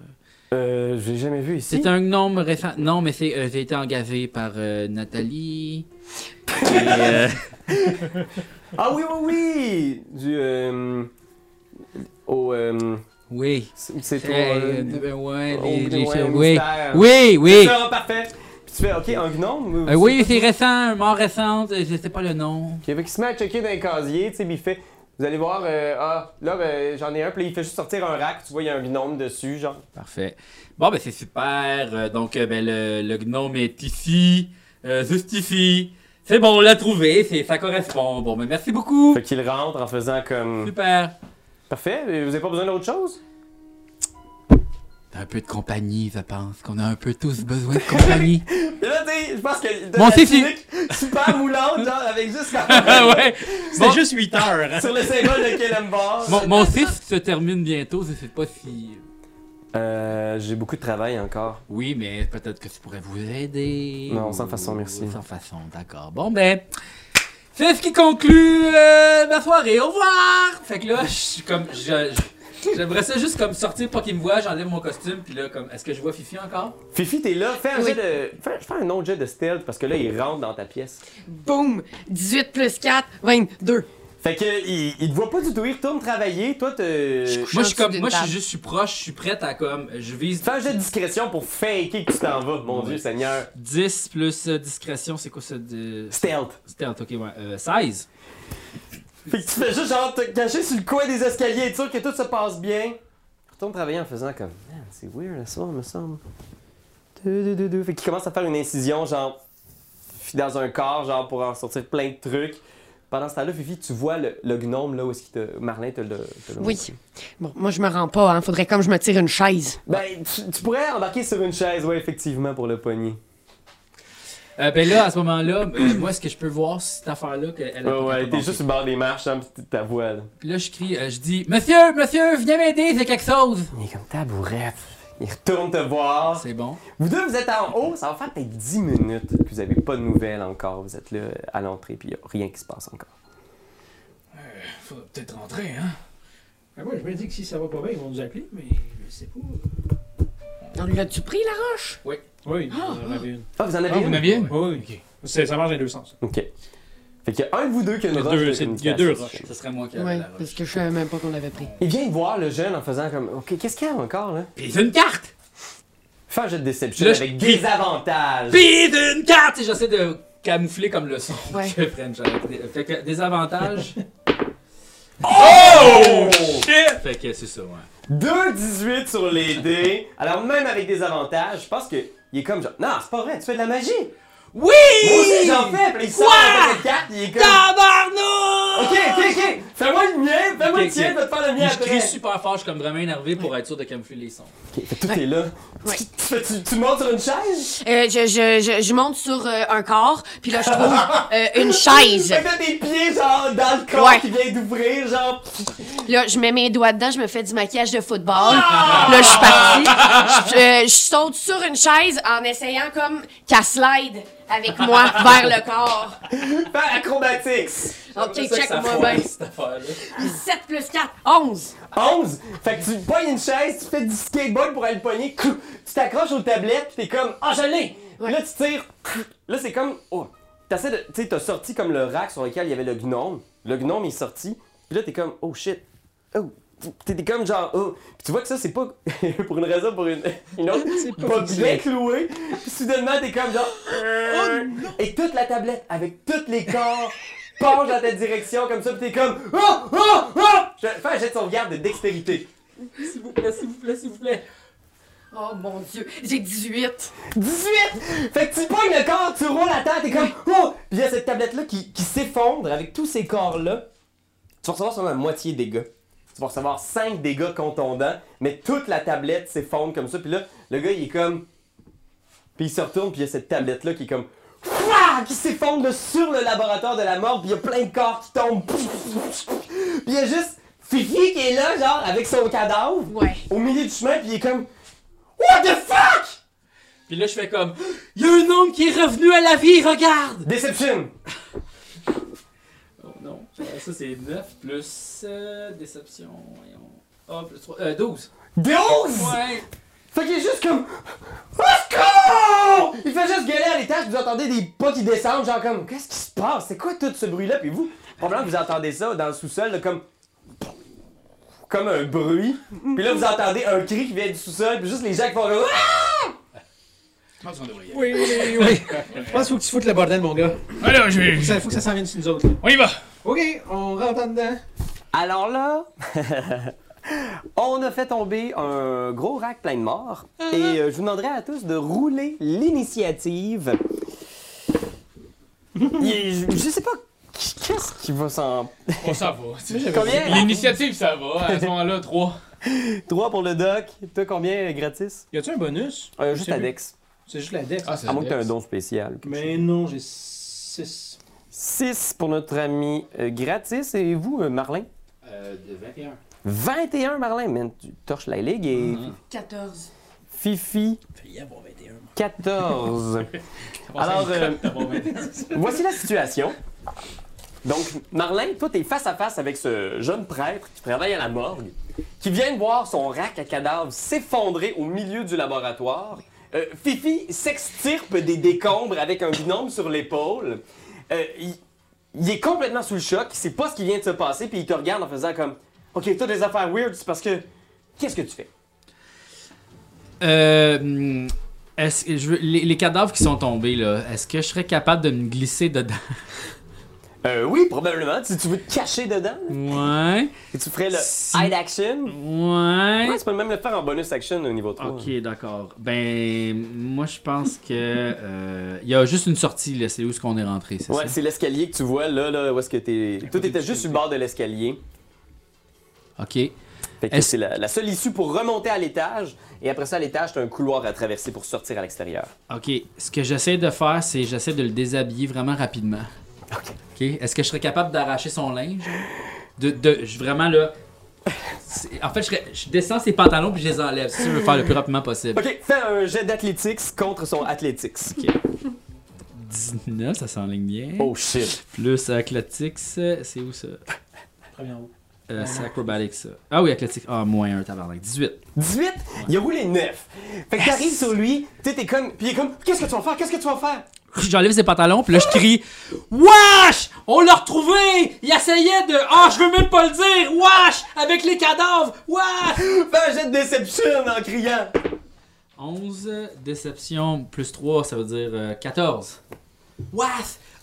[SPEAKER 1] Euh, je l'ai jamais vu ici.
[SPEAKER 6] C'est un gnome récent. Non, mais c'est, euh, j'ai été engagé par euh, Nathalie. Et, euh,
[SPEAKER 1] Ah oui, oui, oui Du. Euh, au. Euh,
[SPEAKER 6] oui.
[SPEAKER 1] c'est c'est au.
[SPEAKER 6] Euh,
[SPEAKER 1] Euh,
[SPEAKER 6] euh, ouais,
[SPEAKER 1] au-
[SPEAKER 6] les- les-
[SPEAKER 1] ouais, au
[SPEAKER 6] oui.
[SPEAKER 1] mystère.
[SPEAKER 6] Oui,
[SPEAKER 1] C'est
[SPEAKER 6] oui.
[SPEAKER 1] ça, parfait. Puis tu fais Ok, un gnome
[SPEAKER 6] Euh, oui, c'est récent, un mort récent, euh, je sais pas le nom.
[SPEAKER 1] Puis il se met à checker dans les casiers, tu sais, puis il fait. Vous allez voir, euh, ah, là, ben, j'en ai un, puis là, il fait juste sortir un rack, tu vois, il y a un binôme dessus, genre.
[SPEAKER 6] Parfait. Bon, ben c'est super. Euh, donc, euh, ben, le, le gnome est ici, euh, juste ici. C'est bon, on l'a trouvé, c'est, ça correspond. Bon, ben merci beaucoup.
[SPEAKER 1] Fait qu'il rentre en faisant comme.
[SPEAKER 6] Super.
[SPEAKER 1] Parfait, vous avez pas besoin d'autre chose?
[SPEAKER 2] Un peu de compagnie, je pense qu'on a un peu tous besoin de compagnie.
[SPEAKER 1] Et là, tu sais, je pense que. de
[SPEAKER 2] Bon,
[SPEAKER 1] la
[SPEAKER 2] c'est fini.
[SPEAKER 1] tunique Super moulante, genre, avec juste
[SPEAKER 6] Ah
[SPEAKER 1] la.
[SPEAKER 6] ouais.
[SPEAKER 10] C'était
[SPEAKER 6] Bon.
[SPEAKER 10] juste 8 heures. hein.
[SPEAKER 1] sur le symbole de Kellenbar.
[SPEAKER 6] Mon, mon fils se termine bientôt, je sais pas si.
[SPEAKER 1] Euh, j'ai beaucoup de travail encore.
[SPEAKER 2] Oui, mais peut-être que tu pourrais vous aider.
[SPEAKER 1] Non, sans
[SPEAKER 2] Ou-
[SPEAKER 1] façon, merci.
[SPEAKER 2] Sans façon, d'accord. Bon, ben, c'est ce qui conclut euh, ma soirée. Au revoir!
[SPEAKER 6] Fait que là, je suis comme. je- je- J'aimerais ça juste comme sortir pour qu'il me voie, j'enlève mon costume, puis là, comme. Est-ce que je vois Fifi encore?
[SPEAKER 1] Fifi, t'es là, fais un
[SPEAKER 4] Oui.
[SPEAKER 1] jet de. Fais, fais un autre jet de stealth parce que là, il rentre dans ta pièce.
[SPEAKER 4] Boum! 18 plus 4, 22.
[SPEAKER 1] Fait que, il, il te voit pas du tout, il retourne travailler. Toi, te.
[SPEAKER 4] couche-
[SPEAKER 6] Moi, je suis comme.
[SPEAKER 4] D'une
[SPEAKER 6] Moi, je suis
[SPEAKER 4] table.
[SPEAKER 6] juste, je suis proche, je suis prête à comme. Je vise.
[SPEAKER 1] Fais un jet de discrétion pour faker que tu t'en vas, mon Dieu Seigneur.
[SPEAKER 6] 10 plus euh, discrétion, c'est quoi ça de.
[SPEAKER 1] Stealth.
[SPEAKER 6] Stealth, ok, ouais. Euh, 16.
[SPEAKER 1] Fait que tu fais juste genre te cacher sur le coin des escaliers, être sûr que tout se passe bien. Retourne travailler en faisant comme. Man, c'est weird la soir, me semble. Deux, deux, deux, deux. Fait qu'il commence à faire une incision, genre. Fifi dans un corps, genre pour en sortir plein de trucs. Pendant ce temps-là, Fifi, tu vois le, le gnome là où est-ce qu'il te. Marlin te le. te le
[SPEAKER 4] Oui.
[SPEAKER 1] montre.
[SPEAKER 4] Bon, moi, je me rends pas, hein. Faudrait comme je me tire une chaise.
[SPEAKER 1] Ben, tu, tu pourrais embarquer sur une chaise, ouais, effectivement, pour le poignet.
[SPEAKER 6] Euh, ben là, à ce moment-là, euh, moi, est-ce que je peux voir si cette affaire-là qu'elle a.
[SPEAKER 1] Ouais, ouais, t'es
[SPEAKER 6] bon,
[SPEAKER 1] juste sur le bord des marches, hein, pis ta voix, là.
[SPEAKER 6] Puis là, je crie, euh, je dis Monsieur, monsieur, venez m'aider, c'est quelque chose.
[SPEAKER 1] Il est comme tabourette. Il retourne te voir.
[SPEAKER 6] C'est bon.
[SPEAKER 1] Vous deux, vous êtes en haut. Ça va faire peut-être 10 minutes que vous avez pas de nouvelles encore. Vous êtes là à l'entrée, puis il a rien qui se passe encore.
[SPEAKER 9] Faudrait peut-être rentrer, hein.
[SPEAKER 5] Ah, moi, je me dis que si ça va pas bien, ils vont nous appeler, mais je sais pas.
[SPEAKER 4] On l'a-tu pris, la roche?
[SPEAKER 5] Oui, ils en avaient une.
[SPEAKER 1] Ah, vous en avez
[SPEAKER 3] Ah,
[SPEAKER 1] une?
[SPEAKER 3] vous en aviez une?
[SPEAKER 5] Oui, oui. C'est- Ça marche dans les deux sens.
[SPEAKER 1] OK. Fait qu'il y a un de vous deux qui a une
[SPEAKER 5] Il y a
[SPEAKER 1] roche
[SPEAKER 5] deux-
[SPEAKER 1] de
[SPEAKER 5] c'est- il y a
[SPEAKER 1] communication.
[SPEAKER 5] deux roches.
[SPEAKER 6] Ce serait moi qui avais
[SPEAKER 4] Ouais,
[SPEAKER 6] la roche.
[SPEAKER 4] parce que je savais même pas qu'on l'avait pris.
[SPEAKER 1] Il vient de voir le jeune en faisant comme OK, qu'est-ce qu'il y a encore, là?
[SPEAKER 6] Pis une carte
[SPEAKER 1] Fais un jeu de déception
[SPEAKER 6] Là, je-
[SPEAKER 1] avec des avantages.
[SPEAKER 6] Pis une carte Et j'essaie de camoufler comme le son
[SPEAKER 4] Ouais.
[SPEAKER 6] que French a. Fait que des avantages. oh Fait que c'est ça, ouais.
[SPEAKER 1] 2-18 sur les dés. Alors, même avec des avantages, je pense que il est comme genre Non, c'est pas vrai, tu fais de la magie.
[SPEAKER 6] Oui
[SPEAKER 1] Moi aussi, j'en fais. Puis là, il sort avec cette carte, il est comme
[SPEAKER 6] Tabarnou
[SPEAKER 1] OK, OK, OK. Fais-moi le mien, fais-moi
[SPEAKER 6] Ok,
[SPEAKER 1] le tien,
[SPEAKER 6] ok.
[SPEAKER 1] je vais te faire le
[SPEAKER 6] Puis
[SPEAKER 1] mien
[SPEAKER 6] je
[SPEAKER 1] après.
[SPEAKER 6] crie super fort, je suis comme vraiment énervé pour être sûr de camoufler les sons.
[SPEAKER 1] Ok, fait que tout est là.
[SPEAKER 4] Ouais.
[SPEAKER 1] Tu, fais- tu- tu montes sur une chaise?
[SPEAKER 4] Euh, je, je, je, je monte sur euh, un corps, puis là, je trouve euh, une chaise.
[SPEAKER 1] Fait que t'as des pieds genre dans le corps
[SPEAKER 4] Ouais.
[SPEAKER 1] qui vient d'ouvrir, genre.
[SPEAKER 4] Là, je mets mes doigts dedans, je me fais du maquillage de football. Là, je suis partie. Je, euh, je saute sur une chaise en essayant comme qu'elle slide avec moi vers le corps.
[SPEAKER 1] Faire acrobatics!
[SPEAKER 4] Ok,
[SPEAKER 6] C'est ça que
[SPEAKER 4] Ah, check
[SPEAKER 6] ça
[SPEAKER 4] moi
[SPEAKER 6] foire,
[SPEAKER 4] bien.
[SPEAKER 6] cette affaire-là.
[SPEAKER 4] 7 plus 4, 11.
[SPEAKER 1] 11! Fait que tu pognes une chaise, tu fais du skateboard pour aller le pogner, clou. tu t'accroches aux tablettes, pis t'es comme Ah, je l'ai! Puis Là, tu tires, clou. là, c'est comme. Oh. T'essaies de. Tu sais, t'as sorti comme le rack sur lequel il y avait le gnome. Le gnome est sorti, puis là, t'es comme Oh shit! Oh! T'es t'es comme genre, oh. Puis tu vois que ça, c'est pas pour une raison, pour une, une autre. C'est pas bien cloué. Puis soudainement, t'es comme genre. oh, Et toute la tablette, avec tous les corps, penche dans ta direction comme ça, pis t'es comme. Oh! Oh! Oh! Je fais un jet de sauvegarde de dextérité.
[SPEAKER 6] S'il vous plaît, s'il vous plaît, s'il vous plaît.
[SPEAKER 4] Oh mon dieu, j'ai 18.
[SPEAKER 1] 18! Fait que tu pognes le corps, tu roules la tête, t'es comme Oh! Puis il y a cette tablette-là qui, qui s'effondre avec tous ces corps-là. Tu vas recevoir seulement la moitié des dégâts. Tu vas recevoir 5 dégâts contondants, mais toute la tablette s'effondre comme ça. Puis là, le gars, il est comme. Puis il se retourne, puis il y a cette tablette-là qui est comme. Ouah! Qui s'effondre là, sur le laboratoire de la mort, puis il y a plein de corps qui tombent. Puis il y a juste Fifi qui est là, genre, avec son cadavre,
[SPEAKER 4] Ouais.
[SPEAKER 1] au milieu du chemin, puis il est comme. What the fuck?
[SPEAKER 6] Puis là, je fais comme. Il y a un homme qui est revenu à la vie, regarde!
[SPEAKER 1] Deception!
[SPEAKER 6] Oh non. Ça, c'est 9 plus. euh, déception. Voyons. Ah, plus 3. Euh, 12.
[SPEAKER 1] 12!
[SPEAKER 6] Ouais!
[SPEAKER 1] Fait qu'il est juste comme. Au secours! Il fait juste gueuler à l'étage, puis vous entendez des pas qui descendent, genre comme. Qu'est-ce qui se passe? C'est quoi tout ce bruit-là? Puis vous, probablement que vous entendez ça dans le sous-sol, là, comme. Comme un bruit. Puis là, vous entendez un cri qui vient du sous-sol, puis juste les gens qui font. comme, Ah!
[SPEAKER 3] Je pense qu'on devrait y aller.
[SPEAKER 5] Oui, oui, oui. Je pense qu'il faut que tu foutes le bordel, mon gars.
[SPEAKER 3] Alors, je vais.
[SPEAKER 5] Il faut que ça s'en vienne sur nous autres. là.
[SPEAKER 3] On y va!
[SPEAKER 5] OK, on rentre en dedans.
[SPEAKER 1] Alors là, on a fait tomber un gros rack plein de morts. Et euh, je vous demanderai à tous de rouler l'initiative. Et je, je sais pas qui- qu'est-ce qui va s'en.
[SPEAKER 3] On s'en Oh, va.
[SPEAKER 1] Combien
[SPEAKER 3] L'initiative, ça va. À ce moment-là, 3.
[SPEAKER 1] 3 pour le doc. Toi, combien euh, gratis
[SPEAKER 5] Y a-tu un bonus?
[SPEAKER 1] Euh,
[SPEAKER 5] Je
[SPEAKER 1] Juste
[SPEAKER 5] sais
[SPEAKER 1] à
[SPEAKER 5] plus.
[SPEAKER 1] Dex.
[SPEAKER 5] C'est juste la deck.
[SPEAKER 3] Ah, c'est
[SPEAKER 1] À moins que tu aies un don spécial.
[SPEAKER 5] Mais non, j'ai 6.
[SPEAKER 1] 6 pour notre ami euh, gratis. Et vous, euh, Marlin
[SPEAKER 6] Euh, de 21.
[SPEAKER 1] 21, Marlin. Man, tu torches la ligue. Et
[SPEAKER 4] 14.
[SPEAKER 1] Fifi,
[SPEAKER 5] Il y avoir 21.
[SPEAKER 1] 14. Alors, euh, voici la situation. Donc, Marlin, toi, t'es face à face avec ce jeune prêtre qui travaille à la morgue, qui vient de voir son rack à cadavres s'effondrer au milieu du laboratoire. Euh, Fifi s'extirpe des décombres avec un gnome sur l'épaule. Euh, il, il est complètement sous le choc, il sait pas ce qui vient de se passer, puis il te regarde en faisant comme Ok, t'as des affaires weird, c'est parce que. Qu'est-ce que tu fais?
[SPEAKER 6] Euh. hmm, Est-ce que je veux- les, les cadavres qui sont tombés, là, est-ce que je serais capable de me glisser dedans?
[SPEAKER 1] Euh, oui, probablement. Si tu veux te cacher dedans, là.
[SPEAKER 6] Ouais.
[SPEAKER 1] et tu ferais le
[SPEAKER 6] Si-
[SPEAKER 1] hide action.
[SPEAKER 6] Ouais.
[SPEAKER 1] Ouais, tu peux même le faire en bonus action au niveau 3.
[SPEAKER 6] Ok, d'accord. Ben, moi, je pense que. euh, Il y a juste une sortie, là. C'est où est-ce qu'on est rentré, c'est
[SPEAKER 1] Ouais,
[SPEAKER 6] ça?
[SPEAKER 1] c'est l'escalier que tu vois là, là, où est-ce que t'es. Toi,
[SPEAKER 3] côté
[SPEAKER 1] t'étais
[SPEAKER 3] du
[SPEAKER 1] juste sur le bord de l'escalier.
[SPEAKER 6] Ok.
[SPEAKER 1] Fait que
[SPEAKER 6] Est-ce-
[SPEAKER 1] c'est la, la seule issue pour remonter à l'étage. Et après ça, à l'étage, t'as un couloir à traverser pour sortir à l'extérieur.
[SPEAKER 6] Ok. Ce que j'essaie de faire, c'est j'essaie de le déshabiller vraiment rapidement. Ok. Est-ce que je serais capable d'arracher son linge? De, de, je- vraiment, là. c'est- En fait, je, serais- je descends ses pantalons puis je les enlève. Si je veux faire le plus rapidement possible.
[SPEAKER 1] Ok, fais un jet d'athlétics contre son athlétics.
[SPEAKER 6] 19, ça s'enligne bien.
[SPEAKER 1] Oh shit.
[SPEAKER 6] Plus Aclatics, c'est où ça?
[SPEAKER 5] Premier haut.
[SPEAKER 6] Euh, c'est acrobatics, ça. Ah oui, Aclatics. Ah, moins un tabarnak. 18.
[SPEAKER 1] 18, il a roulé 9. Fait que t'arrives sur lui, tu sais, t'es comme. Puis il est comme, qu'est-ce que tu vas faire? Qu'est-ce que tu vas faire?
[SPEAKER 6] J'enlève ses pantalons, puis là, je crie Wesh On l'a retrouvé Il essayait de. Ah, je veux même pas le dire Wesh Avec les cadavres Wesh
[SPEAKER 1] Fais un jet de déception en criant.
[SPEAKER 6] 11, déception, plus 3, ça veut dire euh, 14. Wesh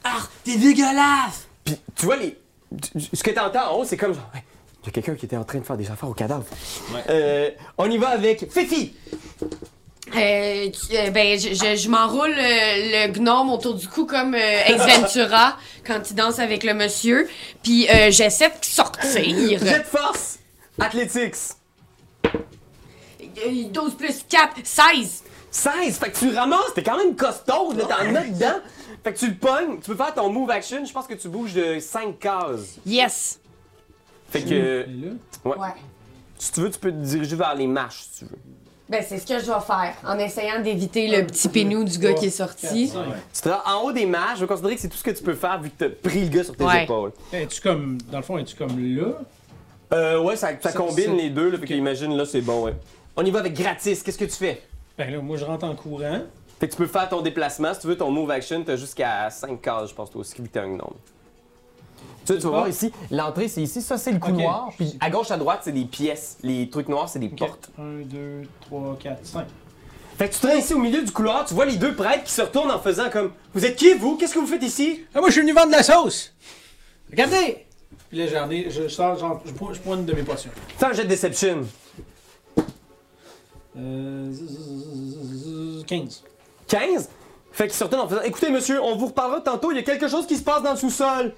[SPEAKER 6] Ah, t'es dégueulasse
[SPEAKER 1] Puis tu vois, les... tu- tu- ce que t'entends en haut, c'est comme genre. Ouais, Il y a quelqu'un qui était en train de faire des affaires au cadavre. Euh, on y va avec Fifi.
[SPEAKER 4] Euh, tu- euh, ben, je, je- je m'enroule euh, le gnome autour du cou comme euh, Ace Ventura quand il danse avec le monsieur. Puis euh, j'essaie de sortir.
[SPEAKER 1] Jet de force. Athletics.
[SPEAKER 4] Euh, 12 plus 4, 16.
[SPEAKER 1] 16. Fait que tu ramasses. T'es quand même costaud. là, T'en as dedans. Fait que tu le pognes. Tu peux faire ton move action. Je pense que tu bouges de 5 cases.
[SPEAKER 4] Yes.
[SPEAKER 1] Fait que
[SPEAKER 4] Ouais.
[SPEAKER 1] si tu veux, tu peux te diriger vers les marches si tu veux.
[SPEAKER 4] Ben, c'est ce que je vais faire en essayant d'éviter le petit pénou du gars qui est sorti.
[SPEAKER 1] Tu te rends en haut des marches. Je vais considérer que c'est tout ce que tu peux faire vu que t'as pris le gars sur tes
[SPEAKER 4] Ouais.
[SPEAKER 1] épaules.
[SPEAKER 5] Es-tu comme. Dans le fond, es-tu comme là?
[SPEAKER 1] Euh, ouais, ça, ça
[SPEAKER 5] Ça,
[SPEAKER 1] combine
[SPEAKER 5] c'est-
[SPEAKER 1] les deux. Là, fait que imagine là, c'est bon, ouais. On y va avec gratis. Qu'est-ce que tu fais?
[SPEAKER 5] Ben là, moi, je rentre en courant.
[SPEAKER 1] Fait que tu peux faire ton déplacement. Si tu veux ton move action, t'as jusqu'à 5 cases, je pense, toi aussi, vu que t'as un gnome. Tu, tu vas voir ici, l'entrée c'est ici, ça c'est le couloir,
[SPEAKER 5] Ok.
[SPEAKER 1] puis à gauche à droite c'est des pièces, les trucs noirs c'est des portes.
[SPEAKER 5] 1, 2, 3, 4, 5.
[SPEAKER 1] Fait que tu te rends ici au milieu du couloir, tu vois les deux prêtres qui se retournent en faisant comme Vous êtes qui vous Qu'est-ce que vous faites ici
[SPEAKER 5] Ah, moi, je suis venu vendre de la sauce! Regardez! Puis là, j'en ai. Je, je sors, genre, je, prends- je prends une de mes potions.
[SPEAKER 1] Fais un jet de deception.
[SPEAKER 5] Euh, z- z- z- 15.
[SPEAKER 1] 15? Fait qu'ils sortaient en faisant Écoutez, monsieur, on vous reparlera tantôt, il y a quelque chose qui se passe dans le sous-sol.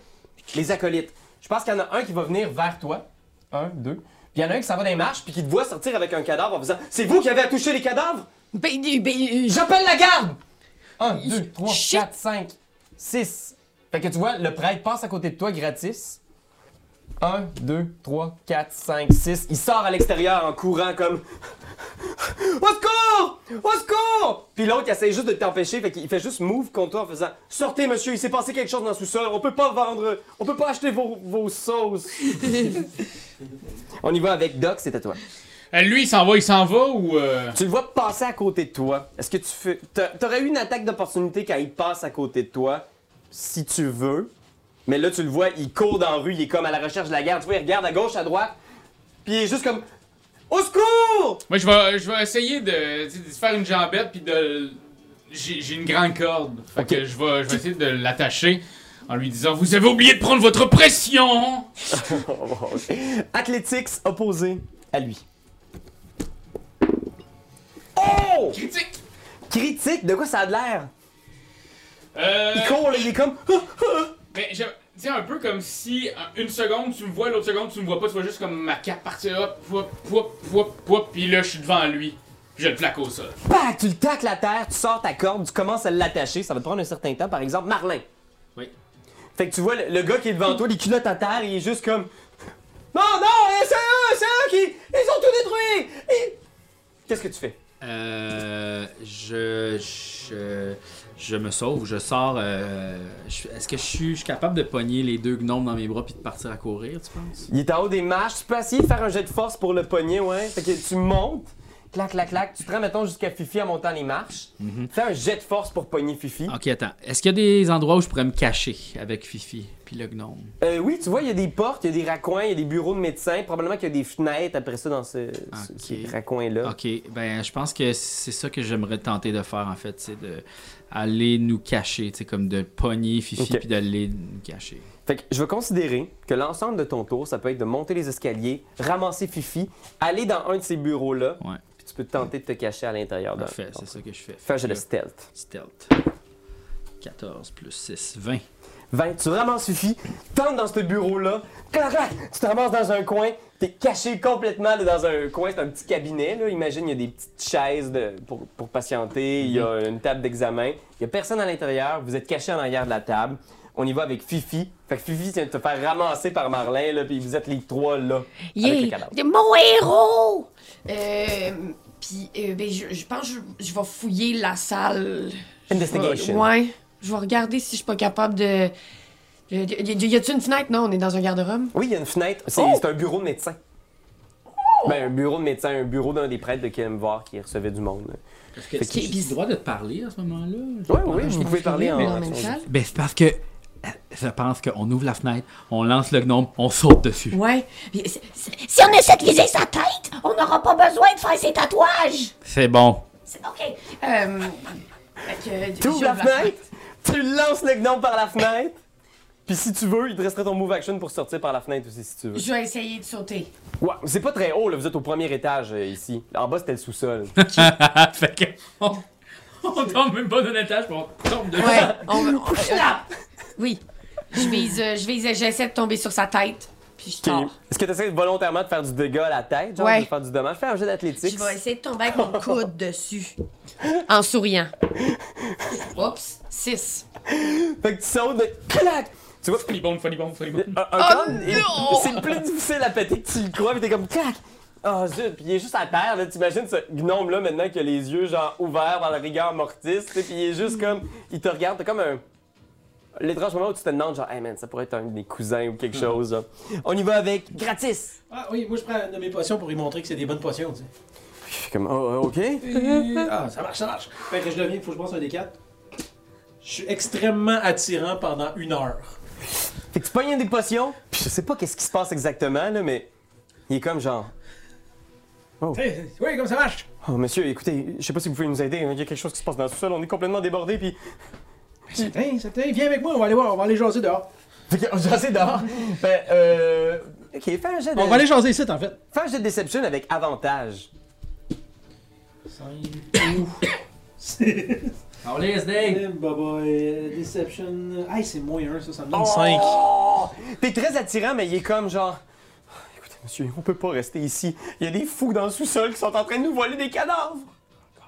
[SPEAKER 1] Les acolytes. Je pense qu'il y en a un qui va venir vers toi. Un, deux. Puis il y en a un qui s'en va dans les marches, puis qui te voit sortir avec un cadavre en faisant C'est vous qui avez à toucher les cadavres
[SPEAKER 4] Ben, ben, ben, je-
[SPEAKER 1] J'appelle la garde 1, 2, 3,
[SPEAKER 4] Shit.
[SPEAKER 1] 4, 5, 6. Fait que tu vois, le prêtre passe à côté de toi gratis. 1, 2, 3, 4, 5, 6. Il sort à l'extérieur en courant comme. Au secours! Au secours! Puis l'autre, il essaie juste de t'empêcher, fait qu'il fait juste move contre toi en faisant Sortez, monsieur, il s'est passé quelque chose dans le sous-sol, on peut pas vendre, on peut pas acheter vos, vos sauces. on y va avec Doc, c'est à toi.
[SPEAKER 3] Euh, Lui, il s'en va, il s'en va ou. euh,
[SPEAKER 1] Tu le vois passer à côté de toi. Est-ce que tu fais. t'a- T'aurais eu une attaque d'opportunité quand il passe à côté de toi, si tu veux. Mais là, tu le vois, il court dans la rue, il est comme à la recherche de la garde. Tu vois, il regarde à gauche, à droite, puis il est juste comme. Au secours!
[SPEAKER 3] Moi, je vais, je vais essayer de, tu sais, de faire une jambette puis de. J'ai j'ai une grande corde. Fait que je vais, je vais essayer de l'attacher en lui disant Vous avez oublié de prendre votre pression
[SPEAKER 1] Athletics opposé à lui. Oh!
[SPEAKER 3] Critique
[SPEAKER 1] Critique? De quoi ça a de l'air?
[SPEAKER 3] Euh.
[SPEAKER 1] Il court, là, il est comme. Ah!
[SPEAKER 3] Ben, j'ai- tu sais, un peu comme si en une seconde tu me vois, l'autre seconde tu me vois pas, tu vois juste comme ma cape partir, hop, hop, hop, hop, hop, pis là je suis devant lui, pis je le plaque au sol.
[SPEAKER 1] Pac! Tu le tacles à terre, tu sors ta corde, tu commences à l'attacher. Ça va te prendre un certain temps, par exemple. Marlin.
[SPEAKER 6] Oui.
[SPEAKER 1] Fait que tu vois le, le gars qui est devant toi, les culottes à terre, il est juste comme. Non, non, eh, c'est eux, c'est eux qui. Ils ont tout détruit! Ils- Qu'est-ce que tu fais?
[SPEAKER 6] Euh, je, je, je me sauve, je sors. euh, je- Est-ce que je suis, je suis capable de pogner les deux gnomes dans mes bras puis de partir à courir, tu penses?
[SPEAKER 1] Il est en haut des marches, tu peux essayer de faire un jet de force pour le pogner, ouais. Fait que tu montes, clac, clac, clac, tu te rends, mettons, jusqu'à Fifi en montant les marches. Fais un jet de force pour pogner Fifi.
[SPEAKER 6] Mhm. Ok, attends. Est-ce qu'il y a des endroits où je pourrais me cacher avec Fifi puis le gnome?
[SPEAKER 1] Euh, oui, tu vois, il y a des portes, il y a des raccoins, il y a des bureaux de médecins. Probablement qu'il y a des fenêtres après ça dans ce, ce-
[SPEAKER 6] Ok.
[SPEAKER 1] ces raccoins-là.
[SPEAKER 6] Ok, ben je pense que c'est ça que j'aimerais tenter de faire en fait, c'est de aller nous cacher, tu sais, comme de pogner Fifi
[SPEAKER 1] Ok.
[SPEAKER 6] puis d'aller nous cacher.
[SPEAKER 1] Fait que je vais considérer que l'ensemble de ton tour, ça peut être de monter les escaliers, ramasser Fifi, aller dans un de ces bureaux-là,
[SPEAKER 6] Ouais.
[SPEAKER 1] puis tu peux tenter de te cacher à l'intérieur d'un.
[SPEAKER 6] Parfait, c'est ça que je fais.
[SPEAKER 1] Fais un jet de
[SPEAKER 6] Fait
[SPEAKER 1] stealth.
[SPEAKER 6] que, stealth. 14 plus 6, 20.
[SPEAKER 1] 20, tu ramasses Fifi, t'entres dans ce bureau-là, clac, clac, tu te ramasses dans un coin, t'es caché complètement là, dans un coin, c'est un petit cabinet, là. Imagine, il y a des petites chaises de- pour, pour patienter, il y
[SPEAKER 6] Mhm.
[SPEAKER 1] a une table d'examen, il y a personne à l'intérieur, vous êtes caché en arrière de la table. On y va avec Fifi. Fait que Fifi vient de te faire ramasser par Marlin, là, puis vous êtes les trois là. Avec le
[SPEAKER 4] yeah,
[SPEAKER 1] cadavre.
[SPEAKER 4] de mon héros! Euh, Puis, euh, ben, je, je pense que je, je vais fouiller la salle. Euh,
[SPEAKER 1] Investigation.
[SPEAKER 4] Ouais, je vais regarder si je suis pas capable de. de- de- de- Y a-tu une fenêtre? Non, on est dans un garde-robe.
[SPEAKER 1] Oui, il y a une fenêtre. C'est
[SPEAKER 4] Oh!
[SPEAKER 1] c'est un bureau de médecin. Ben, un bureau de médecin, un bureau d'un des prêtres de Kelmvar qui recevait du monde.
[SPEAKER 6] Est-ce que
[SPEAKER 1] Fait
[SPEAKER 6] est-ce que
[SPEAKER 4] que-
[SPEAKER 6] j'ai le droit de te parler à ce moment-là?
[SPEAKER 1] Oui, oui, vous pouvez parler en.
[SPEAKER 4] Dans la même salle.
[SPEAKER 6] Ben, c'est parce que euh, je pense qu'on ouvre la fenêtre, on lance le gnome, on saute dessus.
[SPEAKER 4] Ouais. Puis c'est- c'est-
[SPEAKER 8] Si on essaie de viser sa tête, on n'aura pas besoin de faire ses tatouages.
[SPEAKER 6] C'est bon.
[SPEAKER 8] C'est- OK.
[SPEAKER 4] euh, fait que-
[SPEAKER 1] Tu ouvres la
[SPEAKER 4] je-
[SPEAKER 1] fenêtre, tu lances le gnome par la fenêtre, puis si tu veux, il te resterait ton move action pour sortir par la fenêtre aussi, si tu veux.
[SPEAKER 4] Je vais essayer de sauter.
[SPEAKER 1] Ouais, c'est pas très haut, là, vous êtes au premier étage euh, ici. En bas, c'était le sous-sol.
[SPEAKER 6] fait que. On, on tombe même pas d'un étage, puis on tombe dessus.
[SPEAKER 4] Ouais. on- on- euh, oui. Je vise, euh, je vise, j'essaie de tomber sur sa tête. Puis je
[SPEAKER 1] Ok.
[SPEAKER 4] tombe.
[SPEAKER 1] Est-ce que tu essaies volontairement de faire du dégât à la tête, genre
[SPEAKER 4] Ah. Ouais.
[SPEAKER 1] de faire du dommage? Fais un jeu
[SPEAKER 4] Je
[SPEAKER 1] d'athlétique.
[SPEAKER 4] vais essayer de tomber avec mon coude dessus. En souriant. Oups. 6.
[SPEAKER 1] Fait que tu sautes, de... clac! Tu vois,
[SPEAKER 3] Funny bone, funny bone, funny bone.
[SPEAKER 1] Un, un
[SPEAKER 4] Oh
[SPEAKER 1] corps, il-
[SPEAKER 4] non!
[SPEAKER 1] c'est le plus difficile à péter que tu le crois, puis t'es comme clac! Oh zut, puis il est juste à terre, là, t'imagines ce gnome-là maintenant qui a les yeux genre ouverts par la rigueur mortis, tu sais, puis il est juste comme, il te regarde, t'as comme un... L'étrange moment où tu te demandes genre, hey man, ça pourrait être un des cousins ou quelque chose, genre. On y va avec gratis!
[SPEAKER 5] Ah oui, moi je prends une de mes potions pour lui montrer que c'est des bonnes potions. tu sais.
[SPEAKER 1] Puis je fais comme, oh, oh, ok.
[SPEAKER 5] Ah, ça marche, ça marche. Fait que je deviens, faut que je pense un des quatre. Je suis extrêmement attirant pendant une heure.
[SPEAKER 1] Fait que tu pognes une des potions, puis je sais pas qu'est-ce qui se passe exactement, là, mais il est comme genre,
[SPEAKER 5] Hey, Oui, comme ça marche.
[SPEAKER 1] oh monsieur, écoutez, je sais pas si vous pouvez nous aider, hein, il y a quelque chose qui se passe dans le sol, on est complètement débordé, puis
[SPEAKER 5] Certain, certain. Viens avec moi, on va aller voir, on va aller jaser dehors.
[SPEAKER 1] Fait que, jaser dehors. Fait, euh... Ok, fais un jet de...
[SPEAKER 5] On va aller jaser ici, en fait.
[SPEAKER 1] Fais un jet de déception avec avantage.
[SPEAKER 5] C'est.
[SPEAKER 6] On laisse Dave!
[SPEAKER 5] Bye bye. Deception. Ah, c'est moins 1, ça, ça me donne
[SPEAKER 1] Oh! T'es très attirant, mais il est comme genre. Écoutez, monsieur, on peut pas rester ici. Il y a des fous dans le sous-sol qui sont en train de nous voler des cadavres.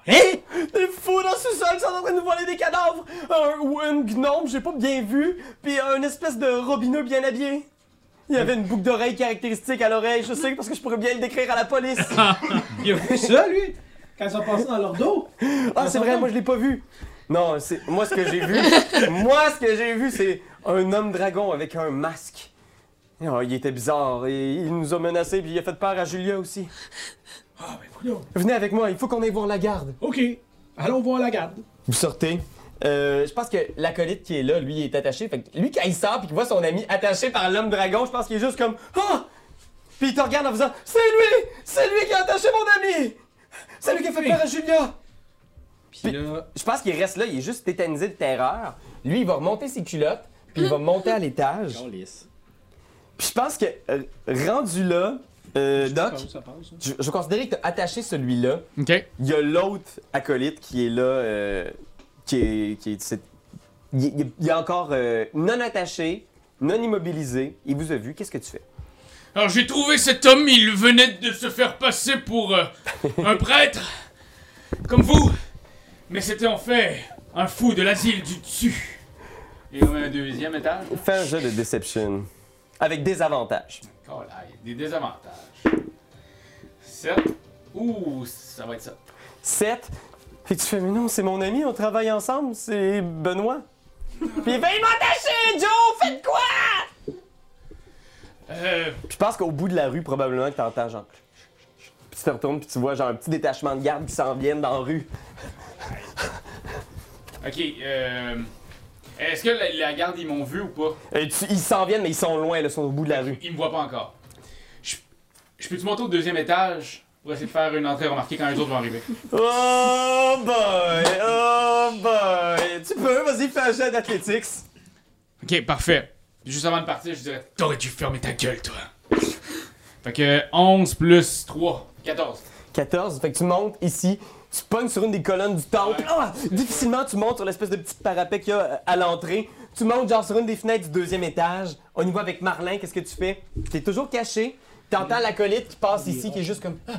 [SPEAKER 1] Hé! Des fous dans le sous-sol qui sont en train de nous voler des cadavres! Un, ou un gnome, j'ai pas bien vu, puis un espèce de robineux bien habillé. Il avait une boucle d'oreille caractéristique à l'oreille, je sais, parce que je pourrais bien le décrire à la police.
[SPEAKER 5] C'est ça, lui Quand ils sont passés dans leur dos
[SPEAKER 1] Ah, c'est vrai, moi je l'ai pas vu. Non, c'est moi ce que j'ai vu. moi ce que j'ai vu, c'est un homme dragon avec un masque. Oh, il était bizarre et il nous a menacés puis il a fait peur à Julia aussi.
[SPEAKER 5] Ah, ben voyons.
[SPEAKER 1] Venez avec moi, il faut qu'on aille voir la garde.
[SPEAKER 5] Ok. Allons voir la garde.
[SPEAKER 1] Vous sortez. Euh, je pense que l'acolyte qui est là, lui, il est attaché. Fait que lui, quand il sort puis qu'il voit son ami attaché par l'homme dragon, je pense qu'il est juste comme Ah! Puis il te regarde en faisant C'est lui! C'est lui qui a attaché mon ami! C'est lui qui a fait peur à Julia!
[SPEAKER 6] Puis là,
[SPEAKER 1] Je pense qu'il reste là, il est juste tétanisé de terreur. Lui, il va remonter ses culottes, puis il va monter à l'étage.
[SPEAKER 6] on lisse.
[SPEAKER 1] Puis je pense que, euh, rendu là, euh, Doc,
[SPEAKER 5] Par où ça passe, ça?
[SPEAKER 1] je, je vais considérer que t'as attaché celui-là.
[SPEAKER 3] Ok.
[SPEAKER 1] Il y a l'autre acolyte qui est là, euh, qui est. Qui est- c'est- il, il- il est encore euh, non attaché, non immobilisé. Il vous a vu, qu'est-ce que tu fais?
[SPEAKER 3] Alors j'ai trouvé cet homme, il venait de se faire passer pour euh, un prêtre, comme vous, mais c'était en fait un fou de l'asile du dessus. Et au deuxième étage,
[SPEAKER 1] Fais un jeu de Deception. Avec des avantages.
[SPEAKER 3] Colaille, des désavantages. 7. Ouh, ça va être ça.
[SPEAKER 1] 7. Puis tu fais, mais non, c'est mon ami, on travaille ensemble, c'est Benoît. Puis il fait, il m'a attaché, Joe, faites quoi?
[SPEAKER 3] Euh,
[SPEAKER 1] Puis je pense qu'au bout de la rue, probablement que t'entends genre. Puis tu te retournes, puis tu vois genre un petit détachement de gardes qui s'en viennent dans la rue.
[SPEAKER 3] ok, euh, est-ce que la, la garde, ils m'ont vu ou pas?
[SPEAKER 1] Et Euh, tu- ils s'en viennent, mais ils sont loin, là, ils sont au bout de la rue.
[SPEAKER 3] Ils me voient pas encore. Je, je peux-tu monter au deuxième étage pour essayer de faire une entrée remarquée quand les autres vont arriver?
[SPEAKER 1] Oh boy! Oh boy! Tu peux, vas-y, fais un jet d'athlétics.
[SPEAKER 3] Ok, parfait. Juste avant de partir, je dirais T'aurais dû fermer ta gueule, toi. fait que 11 plus 3, 14.
[SPEAKER 1] 14, fait que tu montes ici, tu pognes sur une des colonnes du temple.
[SPEAKER 3] Ouais.
[SPEAKER 1] Ah! difficilement, tu montes sur l'espèce de petit parapet qu'il y a euh, à l'entrée. Tu montes genre sur une des fenêtres du deuxième étage. On y voit avec Marlin, qu'est-ce que tu fais? T'es toujours caché. T'entends l'acolyte qui passe ici, qui est juste comme. Ah!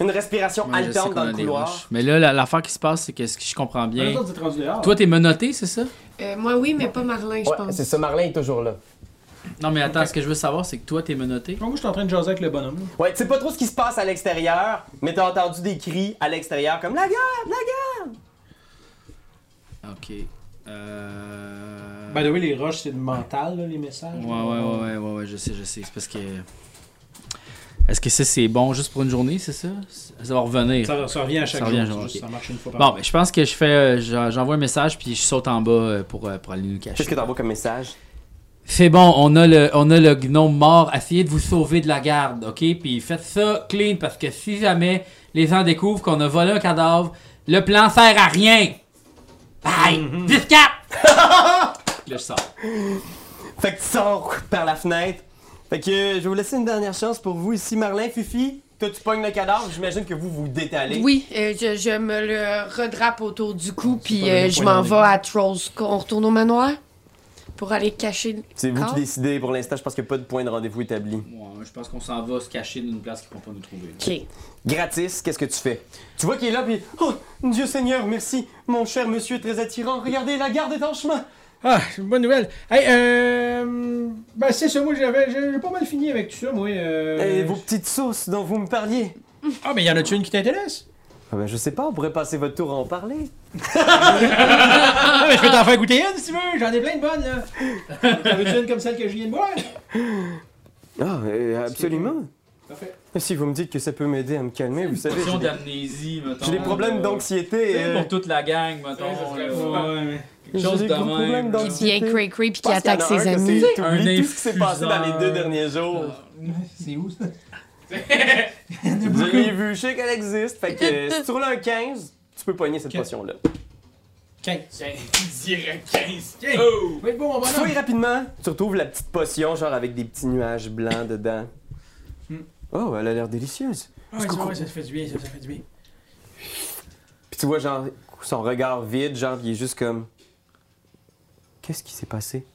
[SPEAKER 1] Une respiration
[SPEAKER 6] Ouais, je sais
[SPEAKER 1] haletante
[SPEAKER 6] qu'on
[SPEAKER 1] dans
[SPEAKER 6] a
[SPEAKER 1] le
[SPEAKER 6] des
[SPEAKER 1] couloir.
[SPEAKER 6] roches. Mais là, la- l'affaire qui se passe, c'est que ce que je comprends
[SPEAKER 5] Les
[SPEAKER 6] bien.
[SPEAKER 5] autres, vous êtes rendus dehors.
[SPEAKER 6] Toi, t'es menotté, c'est ça?
[SPEAKER 4] Euh, moi, oui, mais pas Marlin, je
[SPEAKER 1] Ouais,
[SPEAKER 4] pense.
[SPEAKER 1] c'est ça, Marlin est toujours là.
[SPEAKER 6] Non, mais attends, ce que je veux savoir, c'est que toi, t'es menotté.
[SPEAKER 5] Moi, je suis en train de jaser avec le bonhomme. là.
[SPEAKER 1] Ouais, tu sais pas trop ce qui se passe à l'extérieur, mais t'as entendu des cris à l'extérieur comme La garde, la garde!
[SPEAKER 6] Ok. Euh.
[SPEAKER 5] By the way, les roches, c'est le mental, là, les messages.
[SPEAKER 6] Ouais,
[SPEAKER 5] là.
[SPEAKER 6] ouais, ouais, ouais, ouais, ouais, je sais, je sais. C'est parce que. Est-ce que ça, c'est bon juste pour une journée, c'est ça? Ça va revenir.
[SPEAKER 5] Ça, ça revient à chaque
[SPEAKER 6] Ça
[SPEAKER 5] jour.
[SPEAKER 6] revient à
[SPEAKER 5] c'est
[SPEAKER 6] jour,
[SPEAKER 5] juste,
[SPEAKER 6] ok.
[SPEAKER 5] Ça marche une fois par
[SPEAKER 6] Bon, ben, je pense que je fais. euh, j'en- J'envoie un message, puis je saute en bas euh, pour, euh, pour aller nous cacher.
[SPEAKER 1] Qu'est-ce que t'envoies comme message?
[SPEAKER 6] C'est bon, on a, le, on a le gnome mort. Essayez de vous sauver de la garde, ok? Puis faites ça clean, parce que si jamais les gens découvrent qu'on a volé un cadavre, le plan sert à rien! Bye!
[SPEAKER 1] Mhm.
[SPEAKER 6] 10 cap! Là, je sors.
[SPEAKER 1] Fait que tu sors par la fenêtre. Fait que euh, je vais vous laisser une dernière chance pour vous ici, Marlin, Fifi. Toi, tu pognes le cadavre, j'imagine que vous vous détalez.
[SPEAKER 4] Oui, euh, je, je me le redrape autour du cou, puis
[SPEAKER 5] pas le
[SPEAKER 4] euh,
[SPEAKER 5] même
[SPEAKER 4] je
[SPEAKER 5] point
[SPEAKER 4] m'en
[SPEAKER 5] d'enlever.
[SPEAKER 4] vais à Trolls. On retourne au manoir pour aller cacher.
[SPEAKER 1] C'est vous
[SPEAKER 4] Ah.
[SPEAKER 1] qui décidez pour l'instant, je pense qu'il n'y a pas de point de rendez-vous établi.
[SPEAKER 6] hein, je pense qu'on s'en va se cacher d'une place qu'ils ne pas nous trouver.
[SPEAKER 4] Ok.
[SPEAKER 1] Gratis, qu'est-ce que tu fais? Tu vois qu'il est là, puis Oh, Dieu Seigneur, merci, mon cher monsieur très attirant, regardez, la garde est en chemin!
[SPEAKER 5] Ah, c'est une bonne nouvelle. Hey, euh. Ben, c'est ça, moi, j'avais. J'ai j'ai pas mal fini avec tout ça, moi. euh,
[SPEAKER 1] Et vos petites sauces dont vous me parliez?
[SPEAKER 5] Ah, mais y en a-tu une qui t'intéresse?
[SPEAKER 1] Ah ben, je sais pas, on pourrait passer votre tour à en parler.
[SPEAKER 5] Ah, mais je peux t'en faire goûter une si tu veux. J'en ai plein de bonnes, là. T'en veux-tu une comme celle que je viens de boire?
[SPEAKER 1] Ah, euh, absolument.
[SPEAKER 5] Parfait.
[SPEAKER 1] Si vous me dites que ça peut m'aider à me calmer, vous savez, j'ai des-
[SPEAKER 6] d'amnésie, mettons.
[SPEAKER 1] j'ai des problèmes d'anxiété. euh,
[SPEAKER 6] Pour toute la gang, mettons.
[SPEAKER 3] Ouais, ça serait
[SPEAKER 6] là.
[SPEAKER 3] fou.
[SPEAKER 5] Ouais,
[SPEAKER 6] Quelque chose
[SPEAKER 1] J'ai
[SPEAKER 6] de
[SPEAKER 1] des gros problèmes
[SPEAKER 6] même.
[SPEAKER 4] Qui
[SPEAKER 1] dans-
[SPEAKER 4] devient cray cray puis qui attaque ses amis.
[SPEAKER 6] Un
[SPEAKER 1] T'oublies tout ce qui s'est passé dans les
[SPEAKER 6] infuseur.
[SPEAKER 1] deux derniers jours.
[SPEAKER 5] C'est où, ça?
[SPEAKER 1] Vous avez vu, je sais qu'elle existe. Fait que euh, si tu roules un 15, tu peux pogner cette
[SPEAKER 5] Ok.
[SPEAKER 1] potion-là.
[SPEAKER 5] 15.
[SPEAKER 3] Tiens, direct 15.
[SPEAKER 5] Tiens.
[SPEAKER 3] Oh!
[SPEAKER 5] Va être bon, mon
[SPEAKER 1] Tu
[SPEAKER 5] bonhomme.
[SPEAKER 1] fouilles rapidement, tu retrouves la petite potion, genre avec des petits nuages blancs dedans.
[SPEAKER 5] Hmm.
[SPEAKER 1] Oh, elle a l'air délicieuse.
[SPEAKER 5] Ouais, ça, ouais, ça fait du bien, ça, ça fait du bien.
[SPEAKER 1] Puis tu vois, genre, son regard vide, genre, il est juste comme. Qu'est-ce qui s'est passé?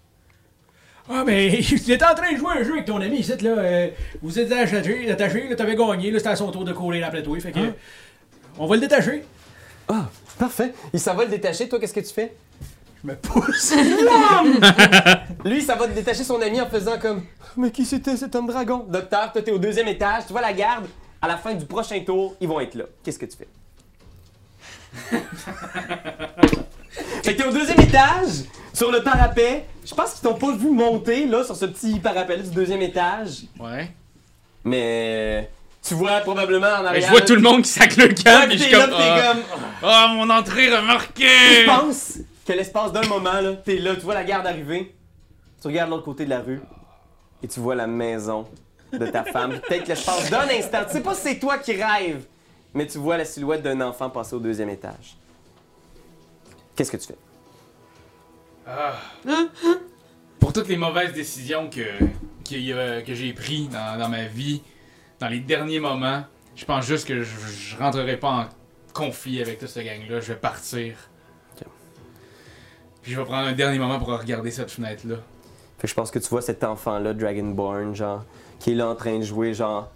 [SPEAKER 5] Ah, mais tu étais en train de jouer un jeu avec ton ami ici, là. euh, vous êtes attaché, attaché là, t'avais gagné, là, c'était à son tour de courir après toi. Fait que. On va le détacher.
[SPEAKER 1] Ah, parfait! Il s'en va le détacher, toi, qu'est-ce que tu fais?
[SPEAKER 5] Je me pousse.
[SPEAKER 1] Lui, ça va te détacher son ami en faisant comme Mais qui c'était cet homme dragon? Docteur, toi, t'es au deuxième étage, tu vois la garde. À la fin du prochain tour, ils vont être là. Qu'est-ce que tu fais? fait que t'es au deuxième étage, sur le parapet. Je pense qu'ils t'ont pas vu monter, là, sur ce petit parapet du deuxième étage.
[SPEAKER 6] Ouais.
[SPEAKER 1] Mais. Tu vois probablement en
[SPEAKER 3] Ben,
[SPEAKER 1] arrière.
[SPEAKER 3] je vois tout le monde qui sac le camp,
[SPEAKER 1] T'es
[SPEAKER 3] et je suis
[SPEAKER 1] là,
[SPEAKER 3] comme.
[SPEAKER 1] t'es
[SPEAKER 3] Ah,
[SPEAKER 1] comme.
[SPEAKER 3] Ah, mon entrée remarquée!
[SPEAKER 1] Je pense que l'espace d'un moment, là, t'es là, tu vois la garde arriver, tu regardes l'autre côté de la rue et tu vois la maison de ta femme. Peut-être que l'espace d'un instant, tu sais pas si c'est toi qui rêves, mais tu vois la silhouette d'un enfant passer au deuxième étage. Qu'est-ce que tu fais?
[SPEAKER 3] Ah. Pour toutes les mauvaises décisions que, qu'il y a- que j'ai prises dans, dans ma vie, dans les derniers moments, je pense juste que je, je rentrerai pas en conflit avec toute cette gang-là. Je vais partir.
[SPEAKER 1] Ok.
[SPEAKER 3] Puis je vais prendre un dernier moment pour regarder cette fenêtre-là.
[SPEAKER 1] Fait que je pense que tu vois cet enfant-là, Dragonborn, genre, qui est là en train de jouer, genre,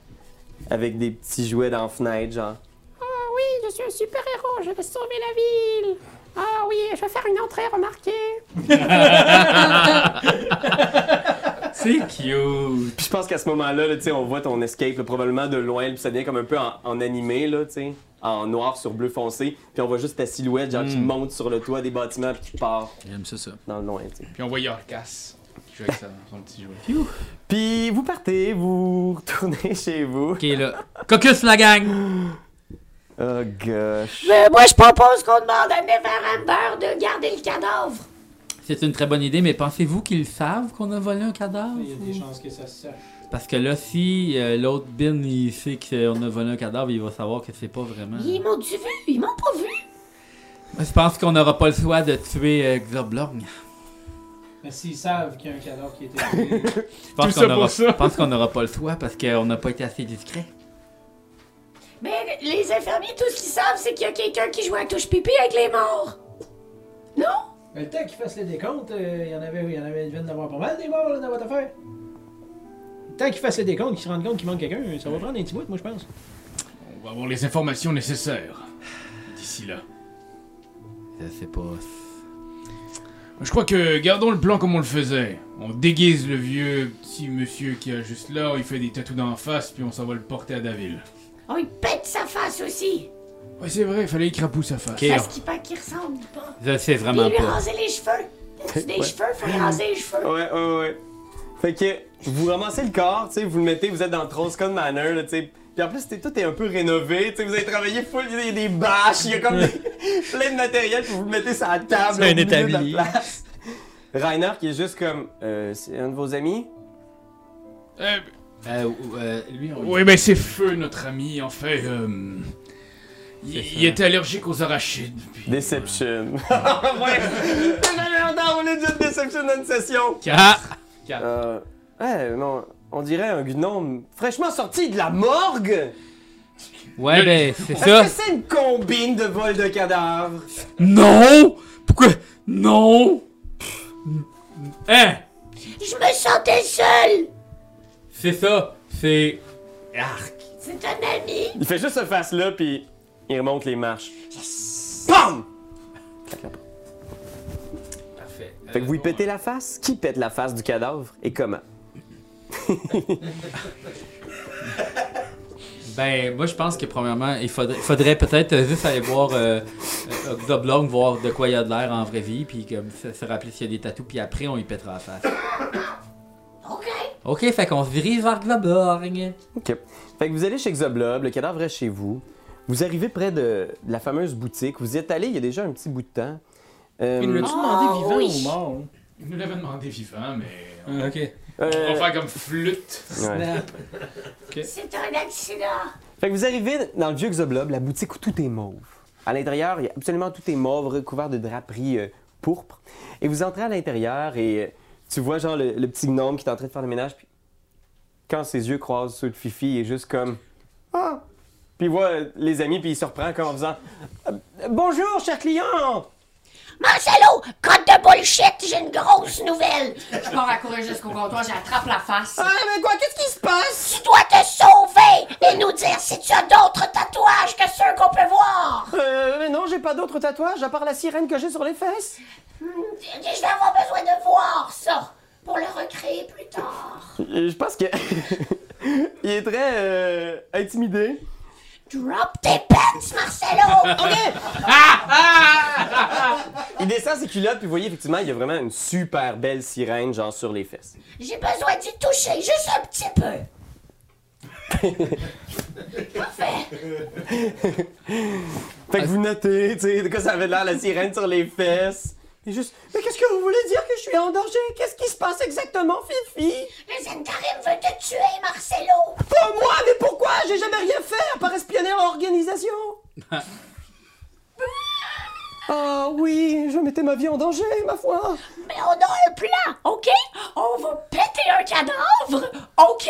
[SPEAKER 1] avec des petits jouets dans la fenêtre, genre.
[SPEAKER 8] Ah oui, je suis un super-héros, je vais sauver la ville. Ah oui, je vais faire une entrée remarquée.
[SPEAKER 6] C'est cute.
[SPEAKER 1] Puis je pense qu'à ce moment-là, là, tu sais, on voit ton escape là, probablement de loin, puis ça devient comme un peu en, en animé, là, tu sais, en noir sur bleu foncé, puis on voit juste ta silhouette genre qui monte sur le toit des bâtiments puis qui part
[SPEAKER 6] J'aime ça, ça.
[SPEAKER 1] dans le loin, tu sais.
[SPEAKER 3] Puis on voit Yorkas qui joue avec sa- son petit jouet.
[SPEAKER 1] Puis vous partez, vous retournez chez vous.
[SPEAKER 6] Ok, là. Caucus, la gang!
[SPEAKER 1] Oh gosh.
[SPEAKER 8] Mais moi, je propose qu'on demande à Neverember de garder le cadavre.
[SPEAKER 6] C'est une très bonne idée, mais pensez-vous qu'ils savent qu'on a volé un cadavre?
[SPEAKER 5] Il y a des chances que ça se sache.
[SPEAKER 6] Parce que là, si euh, l'autre bin, il sait qu'on a volé un cadavre, il va savoir que c'est pas vraiment.
[SPEAKER 8] Ils m'ont-tu vu? Ils m'ont pas vu.
[SPEAKER 6] Je pense qu'on n'aura pas le choix de tuer euh, Xorblong.
[SPEAKER 5] Mais s'ils savent qu'il y a un cadavre qui était brûlé,
[SPEAKER 6] Je pense
[SPEAKER 3] Tout
[SPEAKER 6] qu'on
[SPEAKER 3] ça
[SPEAKER 6] aura-
[SPEAKER 3] pour ça.
[SPEAKER 6] je pense qu'on n'aura pas le choix parce qu'on n'a pas été assez discret.
[SPEAKER 8] Mais Ben, les infirmiers, tout ce qu'ils savent, c'est qu'il y a quelqu'un qui joue à touche-pipi avec les morts. Non?
[SPEAKER 5] Mais le temps qu'ils fassent les décomptes, euh, il y en avait, il y en avait, il vient d'avoir pas mal des morts là, dans votre affaire. Le temps qu'ils fassent les décomptes, qu'ils se rendent compte qu'il manque quelqu'un, ça va prendre un petit bout, moi je pense.
[SPEAKER 3] On va avoir les informations nécessaires d'ici là.
[SPEAKER 6] Je sais pas.
[SPEAKER 3] Je crois que gardons le plan comme on le faisait. On déguise le vieux petit monsieur qui est juste là, il fait des tatous d'en face, puis on s'en va le porter à Daville.
[SPEAKER 8] Oh, il pète sa face aussi.
[SPEAKER 3] Ouais, c'est vrai, il fallait écrapouiller sa face.
[SPEAKER 6] Ok.
[SPEAKER 8] Parce qu'il paraît qu'il ressemble pas.
[SPEAKER 6] Je sais
[SPEAKER 8] Puis
[SPEAKER 6] vraiment
[SPEAKER 8] lui
[SPEAKER 6] Ah, pas.
[SPEAKER 8] raser les cheveux. T'as-tu des cheveux? Faut lui raser les cheveux.
[SPEAKER 1] Ouais, ouais, ouais. Fait que vous ramassez le corps, tu sais, vous le mettez, vous êtes dans Tronscon Manor, là, tu sais. Puis en plus, t'es- tout est un peu rénové, tu sais, vous avez travaillé full, il y a des bâches, il y a comme des- plein de matériel, puis vous le mettez sur la table.
[SPEAKER 2] C'est
[SPEAKER 1] au
[SPEAKER 2] un
[SPEAKER 1] milieu de la
[SPEAKER 2] établi.
[SPEAKER 1] place. Reiner qui est juste comme, euh, c'est un de vos amis?
[SPEAKER 3] Euh,
[SPEAKER 6] Euh, euh, lui, on
[SPEAKER 3] oui, mais c'est feu, notre ami, en fait. euh, il, il était allergique aux arachides. puis-
[SPEAKER 1] Deception. ouais! J'avais entendu, on est juste Deception dans une session!
[SPEAKER 6] Ah!
[SPEAKER 1] Euh, ouais, non, on dirait un gnome fraîchement sorti de la morgue!
[SPEAKER 6] Ouais,
[SPEAKER 3] Le-
[SPEAKER 6] ben, c'est
[SPEAKER 1] Est-ce
[SPEAKER 6] ça.
[SPEAKER 1] que c'est une combine de vol de cadavres?
[SPEAKER 6] Non! Pourquoi? Non! Hein?
[SPEAKER 8] Je me sentais seule.
[SPEAKER 6] C'est ça. C'est. Arc.
[SPEAKER 8] C'est un ami.
[SPEAKER 1] Il fait juste ce face-là, puis il remonte les marches. PAM!
[SPEAKER 6] Parfait.
[SPEAKER 1] Fait que vous y pétez la face? Qui pète la face du cadavre et comment?
[SPEAKER 6] Ben, moi, je pense que premièrement, il faudrait, faudrait peut-être euh, juste aller voir euh, euh, Oxoblong, voir de quoi il y a de l'air en vraie vie, puis comme se, se rappeler s'il y a des tatous, puis après, on y pètera la face.
[SPEAKER 8] OK.
[SPEAKER 6] Ok, fait qu'on se dirige vers Oxoblong.
[SPEAKER 1] OK. Fait que vous allez chez Xoblob, le cadavre reste chez vous. Vous arrivez près de, de la fameuse boutique. Vous y êtes allé il y a déjà un petit bout de temps. Euh,
[SPEAKER 5] Il l'a-tu
[SPEAKER 8] Ah,
[SPEAKER 5] demandé vivant
[SPEAKER 8] oui.
[SPEAKER 5] ou mort? là?
[SPEAKER 3] euh, Il nous l'avait demandé vivant, mais.
[SPEAKER 5] ok.
[SPEAKER 3] On
[SPEAKER 1] euh,
[SPEAKER 3] va faire comme flûte.
[SPEAKER 1] ouais.
[SPEAKER 5] Snap.
[SPEAKER 8] C'est un accident.
[SPEAKER 1] Fait que vous arrivez dans le vieux Xoblob, la boutique où tout est mauve. À l'intérieur, il y a absolument tout est mauve, recouvert de draperies euh, pourpres. Et vous entrez à l'intérieur et euh, tu vois genre le, le petit gnome qui est en train de faire le ménage. Puis quand ses yeux croisent ceux de Fifi, il est juste comme Ah, Puis il voit euh, les amis, puis il se reprend comme en faisant Euh, Bonjour, cher client
[SPEAKER 8] Marcelo, code de bullshit, j'ai une grosse nouvelle.
[SPEAKER 4] Je pars à courir jusqu'au comptoir, j'attrape la face.
[SPEAKER 1] Ah, mais quoi, qu'est-ce qui se passe
[SPEAKER 8] Tu dois te sauver et nous dire si tu as d'autres tatouages que ceux qu'on peut voir.
[SPEAKER 1] Euh, mais non, j'ai pas d'autres tatouages à part la sirène que j'ai sur les fesses.
[SPEAKER 8] Je vais avoir besoin de voir ça pour le recréer plus tard.
[SPEAKER 1] Euh, Je pense que. il est très euh, intimidé.
[SPEAKER 8] Drop tes pants, Marcelo.
[SPEAKER 1] Il descend ses culottes, puis vous voyez, effectivement, il y a vraiment une super belle sirène, genre sur les fesses.
[SPEAKER 8] J'ai besoin d'y toucher juste un petit peu. Parfait.
[SPEAKER 1] Fait que vous notez, tu sais, de quoi ça avait l'air, la sirène sur les fesses. Et juste, mais qu'est-ce que vous voulez dire que je suis en danger? Qu'est-ce qui se passe exactement, Fifi?
[SPEAKER 8] Le Zentarim veut te tuer, Marcelo.
[SPEAKER 1] Pas moi, mais pourquoi? J'ai jamais rien fait à part espionner en organisation. Ah oui, je mettais ma vie en danger, ma foi.
[SPEAKER 8] Mais on a un plan, OK? On va péter un cadavre, OK?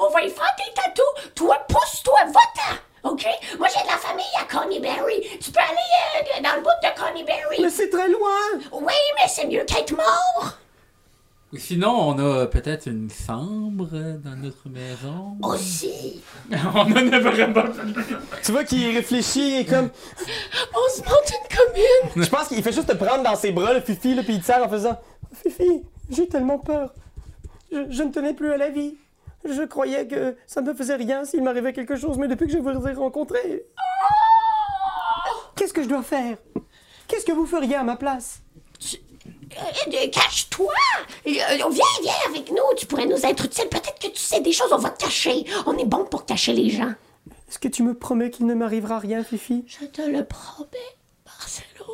[SPEAKER 8] On va y faire des tatous. Toi, pousse-toi, va-t'en, OK? Moi, j'ai de la famille à Connie Berry. Tu peux aller euh, dans le bout de Connie Berry.
[SPEAKER 1] Mais c'est très loin.
[SPEAKER 8] Oui, mais c'est mieux qu'être mort.
[SPEAKER 6] Ou Sinon, on a peut-être une chambre dans notre maison.
[SPEAKER 8] Aussi.
[SPEAKER 3] On en a vraiment plus.
[SPEAKER 1] Tu vois qu'il réfléchit et comme.
[SPEAKER 8] On se monte une commune.
[SPEAKER 1] Je pense qu'il fait juste te prendre dans ses bras, le Fifi, là, puis il te serre en faisant Fifi, j'ai tellement peur. Je, je ne tenais plus à la vie. Je croyais que ça ne me faisait rien s'il m'arrivait quelque chose, mais depuis que je vous ai rencontré. Qu'est-ce que je dois faire Qu'est-ce que vous feriez à ma place
[SPEAKER 8] Euh, euh, Cache-toi. Euh, euh, viens, viens avec nous. Tu pourrais nous être utile. Peut-être que tu sais des choses. On va te cacher. On est bon pour cacher les gens.
[SPEAKER 1] Est-ce que tu me promets qu'il ne m'arrivera rien, Fifi
[SPEAKER 8] Je te le promets, Marcelo.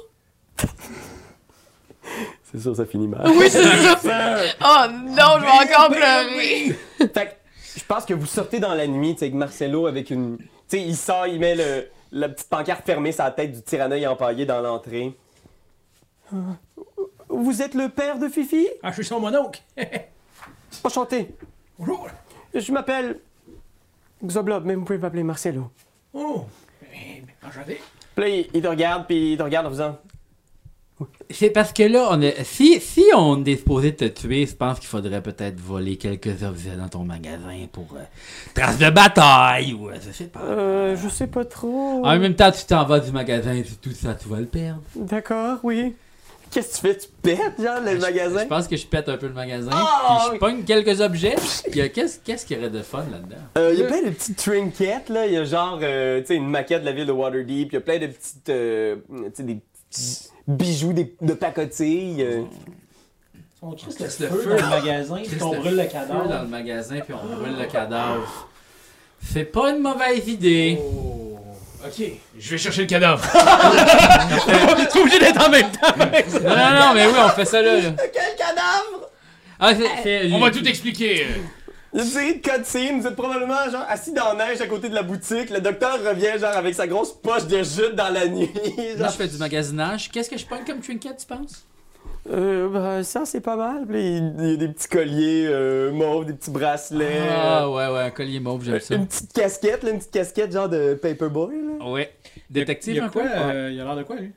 [SPEAKER 1] C'est sûr, ça finit mal.
[SPEAKER 4] Oui, c'est ça. Oh non, je vais encore pleurer.
[SPEAKER 1] Fait que, je pense que vous sortez dans la nuit, tu sais, avec Marcelo avec une. Tu sais, il sort, il met le, la petite pancarte fermée sur la tête du tyranoïde empaillé dans l'entrée. Vous êtes le père de Fifi?
[SPEAKER 5] Ah, je suis son mononcle.
[SPEAKER 1] Enchanté.
[SPEAKER 5] Bonjour.
[SPEAKER 1] Je m'appelle. Xoblob, mais vous pouvez m'appeler Marcelo.
[SPEAKER 5] Oh, eh, enchanté.
[SPEAKER 1] Puis là, il, il te regarde, puis il te regarde en faisant.
[SPEAKER 2] C'est parce que là, on a- si, si on est supposé te tuer, je pense qu'il faudrait peut-être voler quelques objets dans ton magasin pour euh, traces de bataille ou euh, je sais pas.
[SPEAKER 1] Euh, je sais pas trop.
[SPEAKER 2] En même temps, tu t'en vas du magasin et tout ça, tu vas le perdre.
[SPEAKER 1] D'accord, oui. Qu'est-ce que tu fais? Tu pètes, genre, le magasin?
[SPEAKER 2] Je pense que je pète un peu le magasin,
[SPEAKER 1] Ah,
[SPEAKER 2] puis
[SPEAKER 1] oui.
[SPEAKER 2] je pogne quelques objets. puis, euh, Qu'est-ce qu'est-ce qu'il y aurait de fun là-dedans?
[SPEAKER 1] Euh, Il y a plein de petites trinkets, là. Il y a genre, euh, tu sais, une maquette de la ville de Waterdeep. Il y a plein de petites, euh, tu sais, des petits bijoux des- de pacotilles. euh.
[SPEAKER 10] On crisse le
[SPEAKER 2] crisse le
[SPEAKER 10] feu dans
[SPEAKER 2] feu.
[SPEAKER 10] le magasin,
[SPEAKER 2] Christ,
[SPEAKER 10] puis on brûle le
[SPEAKER 2] feu dans
[SPEAKER 10] cadavre.
[SPEAKER 2] le magasin, puis on brûle le cadavre. C'est pas une mauvaise idée.
[SPEAKER 5] Oh, ok.
[SPEAKER 3] Je vais chercher le cadavre.
[SPEAKER 5] T'es obligé d'être en même temps.
[SPEAKER 2] Non, non, non, mais oui, on fait ça là. là.
[SPEAKER 1] Quel cadavre!
[SPEAKER 2] Ah, c'est- c'est-
[SPEAKER 3] On va tout expliquer. euh.
[SPEAKER 1] Il y a une série de cutscenes. Vous êtes probablement, genre, assis dans la neige à côté de la boutique. Le docteur revient, genre, avec sa grosse poche de jute dans la nuit.
[SPEAKER 2] Là,
[SPEAKER 1] genre.
[SPEAKER 2] je fais du magasinage. Qu'est-ce que je pogne comme trinket, tu penses?
[SPEAKER 1] Euh, bah, ça, c'est pas mal. Puis Il il y a des petits colliers euh, mauves, des petits bracelets.
[SPEAKER 2] Ah,
[SPEAKER 1] euh,
[SPEAKER 2] ouais, ouais, un collier mauve, j'aime ça.
[SPEAKER 1] Une petite casquette, là, une petite casquette genre de Paperboy. Là.
[SPEAKER 2] Ouais.
[SPEAKER 5] Il y
[SPEAKER 2] Détective
[SPEAKER 5] a
[SPEAKER 2] un
[SPEAKER 5] quoi?
[SPEAKER 2] peu?
[SPEAKER 5] euh, Il y a l'air de quoi, lui?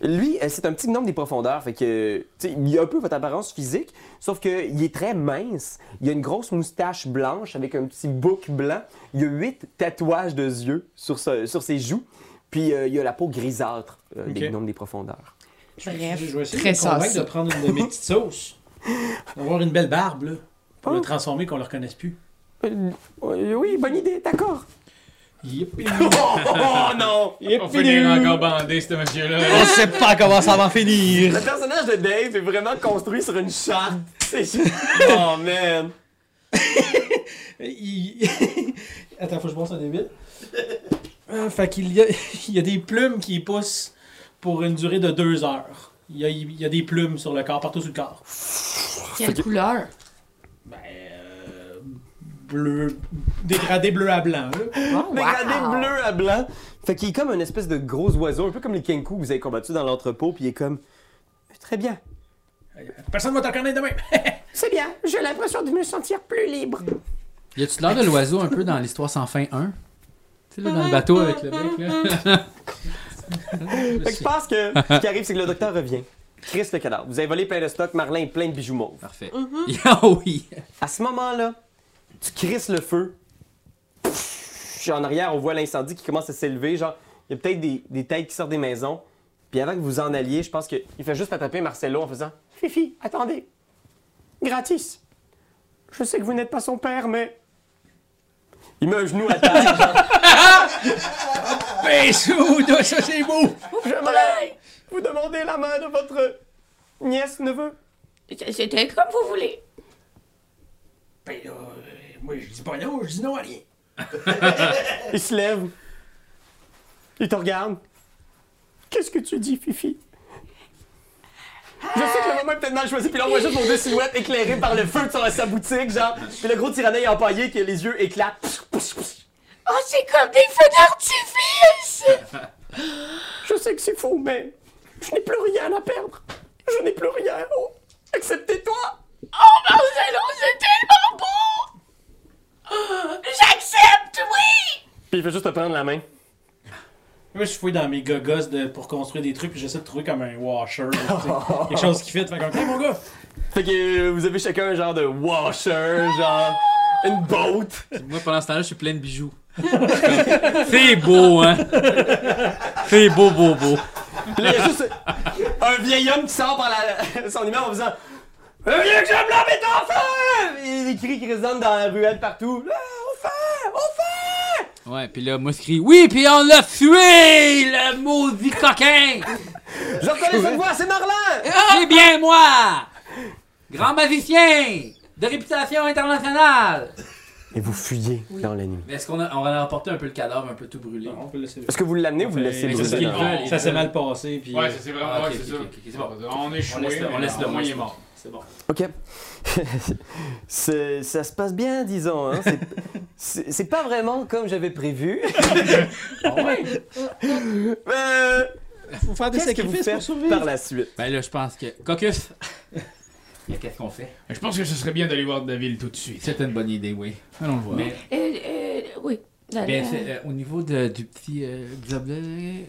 [SPEAKER 1] Lui, euh, c'est un petit gnome des profondeurs, fait que, tu sais, il a un peu votre apparence physique, sauf qu'il est très mince. Il a une grosse moustache blanche avec un petit bouc blanc. Il a huit tatouages de yeux sur, ce- sur ses joues, puis euh, il a la peau grisâtre euh, des
[SPEAKER 5] Ok.
[SPEAKER 1] gnomes des profondeurs.
[SPEAKER 4] Bref,
[SPEAKER 10] Je vais essayer
[SPEAKER 4] très
[SPEAKER 10] de me convaincre
[SPEAKER 4] saucy.
[SPEAKER 10] de prendre une de mes petites sauces.
[SPEAKER 5] D'avoir une belle barbe, là. Pour
[SPEAKER 1] Oh.
[SPEAKER 5] le transformer qu'on le reconnaisse plus.
[SPEAKER 1] Euh, euh, oui, bonne idée, d'accord. Oh, non!
[SPEAKER 3] On va finir encore bandé, ce monsieur-là.
[SPEAKER 10] On sait pas comment ça va finir.
[SPEAKER 1] Le personnage de Dave est vraiment construit sur une charte. C'est juste- Oh man!
[SPEAKER 10] Il- Attends, faut que je pense un débile. Euh, fait qu'il y a, il y a des plumes qui poussent pour une durée de deux heures. Il y a, il y a des plumes sur le corps, partout sur le corps.
[SPEAKER 4] quelle couleur.
[SPEAKER 10] Ben, euh, bleu, dégradé bleu à blanc. là.
[SPEAKER 4] Oh,
[SPEAKER 1] Dégradé
[SPEAKER 4] wow.
[SPEAKER 1] bleu à blanc. Fait qu'il est comme un espèce de gros oiseau, un peu comme les kenku que vous avez combattu dans l'entrepôt, puis il est comme. Très bien.
[SPEAKER 5] Personne va te reconnaître demain.
[SPEAKER 1] C'est bien, j'ai l'impression de me sentir plus libre.
[SPEAKER 2] Y a-tu l'air de l'oiseau un peu dans l'histoire sans fin 1? Tu
[SPEAKER 6] Tu sais, là, dans le bateau avec le bec, là.
[SPEAKER 1] Fait que je pense que ce qui arrive, c'est que le docteur revient. Chris le cadavre. Vous avez volé plein de stocks, Marlin plein de bijoux mauves.
[SPEAKER 6] Parfait. Ah oui!
[SPEAKER 1] À ce moment-là, tu crisses le feu. Pfff, en arrière, on voit l'incendie qui commence à s'élever. Genre, il y a peut-être des, des têtes qui sortent des maisons. Puis avant que vous en alliez, je pense qu'il fait juste attraper Marcello en faisant Fifi, attendez. Gratis. Je sais que vous n'êtes pas son père, mais. Il met un genou à terre.
[SPEAKER 5] Bessoud, ça c'est beau!
[SPEAKER 1] J'aimerais vous demander la main de votre nièce, neveu.
[SPEAKER 8] C'était comme vous voulez.
[SPEAKER 5] Ben là, euh, moi je dis pas non, je dis non à rien.
[SPEAKER 1] Il se lève. Il te regarde. Qu'est-ce que tu dis, Fifi? Je sais que le moment est peut-être mal choisi, puis là on voit juste nos deux silhouettes éclairées par le feu de sa- sa boutique, genre. Puis le gros tiranet empaillé qui a les yeux éclatent. Pss, pss, pss.
[SPEAKER 8] Oh, c'est comme des feux d'artifice!
[SPEAKER 1] Je sais que c'est faux, mais je n'ai plus rien à perdre. Je n'ai plus rien, oh, excepté toi.
[SPEAKER 8] Oh, Marcelo, c'est tellement beau! Ah, J'accepte, oui!
[SPEAKER 1] Puis il fait juste te prendre la main.
[SPEAKER 10] Moi, je fouille dans mes gogos de, pour construire des trucs, puis j'essaie de trouver comme un washer. tu sais, quelque chose qui fit. Fait comme, hey, mon gars!
[SPEAKER 1] Fait que euh, vous avez chacun un genre de washer, genre une boat.
[SPEAKER 6] Moi, pendant ce temps-là, je suis plein de bijoux. C'est beau, hein? C'est beau, beau, beau.
[SPEAKER 1] Puis là, il y a juste un vieil homme qui sort par la, son immeuble en faisant Le vieux que blanc est en feu! Et les cris qui résonnent dans la ruelle partout. Là, au feu! Au feu!
[SPEAKER 6] Ouais, puis là, moi, je crie Oui, puis on l'a tué, le maudit coquin!
[SPEAKER 1] Je reconnais cette voix, c'est Marlin!
[SPEAKER 6] C'est bien moi! Grand magicien! De réputation internationale!
[SPEAKER 1] Et vous fuyez dans la nuit.
[SPEAKER 6] Mais est-ce qu'on a, on a emporté un peu le cadavre, un peu tout brûlé?
[SPEAKER 10] On peut le laisser là.
[SPEAKER 1] Est-ce que vous l'amenez ou vous le laissez
[SPEAKER 10] Mais c'est ce
[SPEAKER 1] brûler?
[SPEAKER 10] qu'ils
[SPEAKER 1] dans-
[SPEAKER 10] veulent, Ça s'est mal passé, puis. euh,
[SPEAKER 3] Ouais, ça, c'est vraiment,
[SPEAKER 6] Ah, ok,
[SPEAKER 3] ouais,
[SPEAKER 6] ok,
[SPEAKER 3] c'est ça.
[SPEAKER 6] ok, ok, c'est bon.
[SPEAKER 3] On est
[SPEAKER 10] On laisse
[SPEAKER 3] choué,
[SPEAKER 10] le- on
[SPEAKER 3] mais
[SPEAKER 10] laisse le
[SPEAKER 3] au moins,
[SPEAKER 10] moins.
[SPEAKER 3] il est mort.
[SPEAKER 10] C'est bon.
[SPEAKER 1] Ok. C'est- ça se passe bien, disons. Hein. C'est- C'est c'est pas vraiment comme j'avais prévu. Euh,
[SPEAKER 10] Ah, Faut faire des
[SPEAKER 1] Qu'est-ce que vous
[SPEAKER 10] sacrifices pour
[SPEAKER 1] faites
[SPEAKER 10] survivre.
[SPEAKER 1] par la suite?
[SPEAKER 6] Ben là, je pense que. Caucus! Mais qu'est-ce qu'on fait?
[SPEAKER 3] Je pense que ce serait bien d'aller voir David tout de suite.
[SPEAKER 6] C'était une bonne idée, oui. Allons le voir. Mais,
[SPEAKER 8] Euh, euh, oui. Dans
[SPEAKER 6] ben,
[SPEAKER 8] le-
[SPEAKER 6] c'est, euh, au niveau de- du petit euh, globe, là,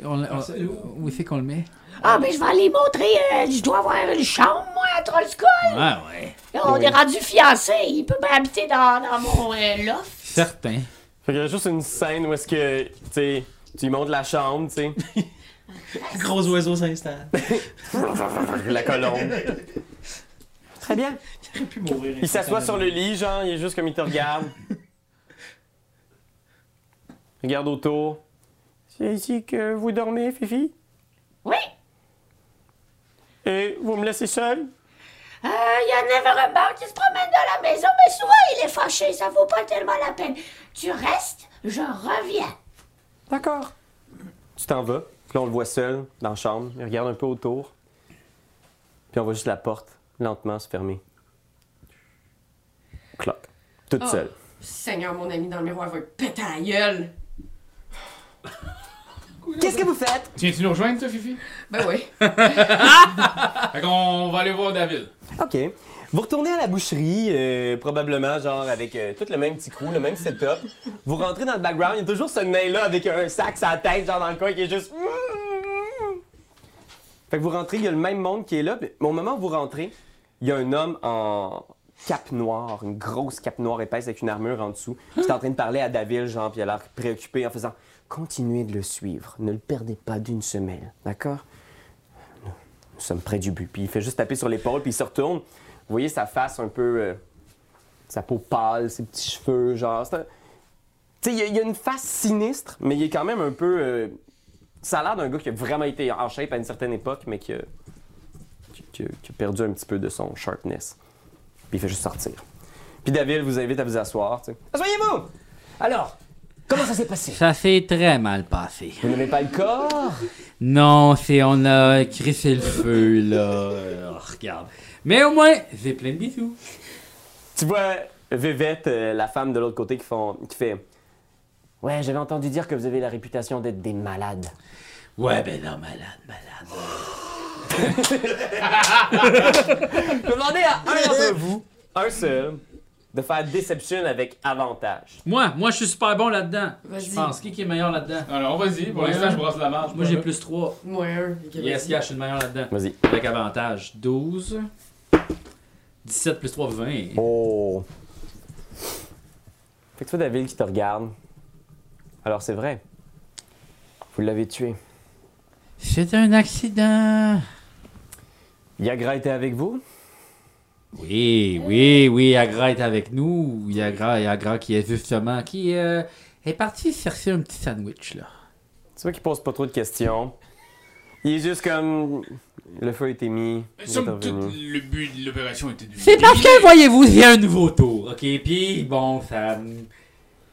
[SPEAKER 6] on, l'a- on- où Ah, c'est qu'on le met?
[SPEAKER 8] Ah, ben, je vais aller montrer. euh, je dois avoir une chambre, moi, à Trollskull.
[SPEAKER 6] Ah, Ouais, ouais.
[SPEAKER 8] Là, on est rendu fiancés. Il peut bien habiter dans, dans mon euh, loft.
[SPEAKER 6] Certain.
[SPEAKER 1] Fait qu'il y a juste une scène où est-ce que, tu sais, tu lui montes la chambre, tu sais.
[SPEAKER 10] Gros oiseau s'installe.
[SPEAKER 1] la colombe. Très bien.
[SPEAKER 10] J'aurais pu mourir.
[SPEAKER 1] Il s'assoit sur le lit, genre, il est juste comme il te regarde. regarde autour. C'est ici que vous dormez, Fifi?
[SPEAKER 8] Oui.
[SPEAKER 1] Et vous me laissez seul?
[SPEAKER 8] Euh, Il y a Neverembar qui se promène dans la maison, mais souvent, il est fâché. Ça vaut pas tellement la peine. Tu restes, je reviens.
[SPEAKER 1] D'accord. Tu t'en vas, puis là, on le voit seul dans la chambre. Il regarde un peu autour. Puis on voit juste la porte lentement se fermer. Cloc. Toute
[SPEAKER 4] Oh.
[SPEAKER 1] seule.
[SPEAKER 4] Seigneur, mon ami dans le miroir va péter la gueule.
[SPEAKER 1] Qu'est-ce que vous faites?
[SPEAKER 3] Tiens, tu nous rejoindre, toi, Fifi?
[SPEAKER 4] Ben oui.
[SPEAKER 3] Fait qu'on va aller voir David.
[SPEAKER 1] OK. Vous retournez à la boucherie, euh, probablement, genre, avec euh, tout le même petit crew, le même setup. Vous rentrez dans le background, il y a toujours ce nain-là avec un sac sur la tête, genre dans le coin, qui est juste... Fait que vous rentrez, il y a le même monde qui est là, mais au moment où vous rentrez, il y a un homme en cape noire, une grosse cape noire épaisse avec une armure en dessous, qui est en train de parler à David, genre, puis il a l'air préoccupé en faisant « Continuez de le suivre, ne le perdez pas d'une semelle, d'accord? » Nous sommes près du but. Puis il fait juste taper sur l'épaule, puis il se retourne. Vous voyez sa face un peu. euh, sa peau pâle, ses petits cheveux, genre. c'est un- Tu sais, il y a- il y a une face sinistre, mais il est quand même un peu. euh, Ça a l'air d'un gars qui a vraiment été en shape à une certaine époque, mais qui a, qui- qui a- qui a perdu un petit peu de son sharpness. Puis il fait juste sortir. Puis David vous invite à vous asseoir. tu sais. Asseyez-vous! Alors, comment ça s'est passé?
[SPEAKER 6] Ça s'est très mal passé.
[SPEAKER 1] Vous n'avez pas le corps?
[SPEAKER 6] Non, c'est on a crissé le feu, là. Euh, regarde. Mais au moins, j'ai plein de bisous.
[SPEAKER 1] Tu vois Vivette, euh, la femme de l'autre côté, qui, font, qui fait Ouais, j'avais entendu dire que vous avez la réputation d'être des malades.
[SPEAKER 6] Ouais, ben non, malade, malade.
[SPEAKER 1] Je vais demander à un d'entre vous, un seul, de faire Deception avec avantage.
[SPEAKER 11] Moi, moi, je suis super bon là-dedans. Je
[SPEAKER 12] Vas-y.
[SPEAKER 11] pense. Qui qui est meilleur là-dedans?
[SPEAKER 3] Alors, vas-y, pour
[SPEAKER 11] Ouais.
[SPEAKER 3] l'instant, je brasse la marge.
[SPEAKER 11] Moi, j'ai plus 3.
[SPEAKER 12] Moi, un.
[SPEAKER 11] Yes, yeah, je suis le meilleur là-dedans.
[SPEAKER 1] Vas-y.
[SPEAKER 11] Avec avantage. 12. 17 plus 3, 20.
[SPEAKER 1] Oh. Fait que toi, David, qui te regarde. Alors, c'est vrai. Vous l'avez tué.
[SPEAKER 6] C'est un accident.
[SPEAKER 1] Yagra était avec vous?
[SPEAKER 6] Oui, oui, oui, Agra est avec nous. Il y a Agra, il y a Agra qui est justement, qui euh, est parti chercher un petit sandwich, là.
[SPEAKER 1] Tu vois qu'il pose pas trop de questions. Il est juste comme. Le feu était mis. vous êtes
[SPEAKER 3] Somme toute,
[SPEAKER 1] revenu.
[SPEAKER 3] le but de l'opération était de.
[SPEAKER 6] C'est parce que, voyez-vous, il y a un nouveau tour, ok? Puis, bon, ça... me-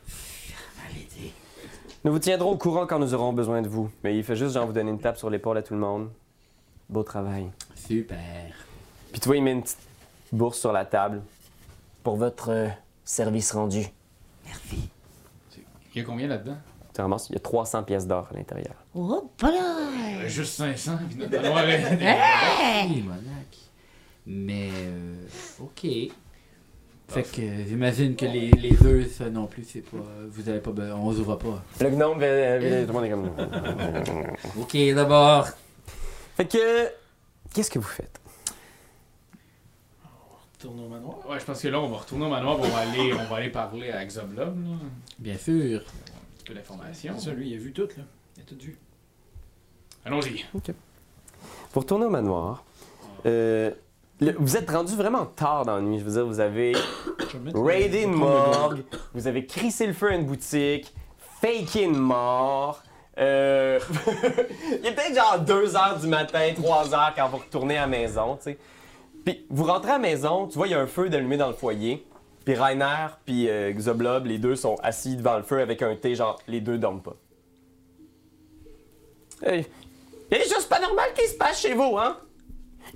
[SPEAKER 6] ça m'avait dit.
[SPEAKER 1] Nous vous tiendrons au courant quand nous aurons besoin de vous. Mais il fait juste genre vous donner une tape sur l'épaule à tout le monde. Beau travail.
[SPEAKER 6] Super.
[SPEAKER 1] Puis tu vois, il met une petite bourse sur la table. Pour votre euh, service rendu.
[SPEAKER 3] Il y a combien là-dedans
[SPEAKER 1] Tu ramasses, il y a 300 pièces d'or à l'intérieur.
[SPEAKER 8] Oh, boy!
[SPEAKER 3] Euh, Juste 500, puis notre manoir est-
[SPEAKER 6] Oui, Monac. Mais, euh, ok. Fait que euh, j'imagine que les, les deux, ça non plus, c'est pas... Vous avez pas... be- On se voit pas.
[SPEAKER 1] Le gnome, euh, euh, tout le monde est comme.
[SPEAKER 6] Ok, d'abord,
[SPEAKER 1] Fait que. Qu'est-ce que vous faites?
[SPEAKER 5] Tourne au manoir.
[SPEAKER 3] Ouais, je pense que là, on va retourner au manoir, puis on va aller, on va aller parler à Xoblob, là. Un
[SPEAKER 6] bien sûr.
[SPEAKER 3] petit peu d'informations.
[SPEAKER 5] Ça, lui, il a vu tout, là. Il a tout vu.
[SPEAKER 3] Allons-y.
[SPEAKER 1] Vous retournez au manoir. Euh, le- vous êtes rendu vraiment tard dans la nuit. Je veux dire, vous avez
[SPEAKER 5] Je vais mettre-
[SPEAKER 1] raidé une morgue, vous avez crissé le feu à une boutique, faké une mort. Euh, Il est peut-être genre 2 heures du matin, 3 heures quand vous retournez à la maison, tu sais. Puis vous rentrez à la maison, tu vois, il y a un feu d'allumé dans le foyer. Puis Rainer puis euh, Xoblob, les deux sont assis devant le feu avec un thé, genre, les deux dorment pas. Hey. Il est juste pas normal qu'il se passe chez vous, hein?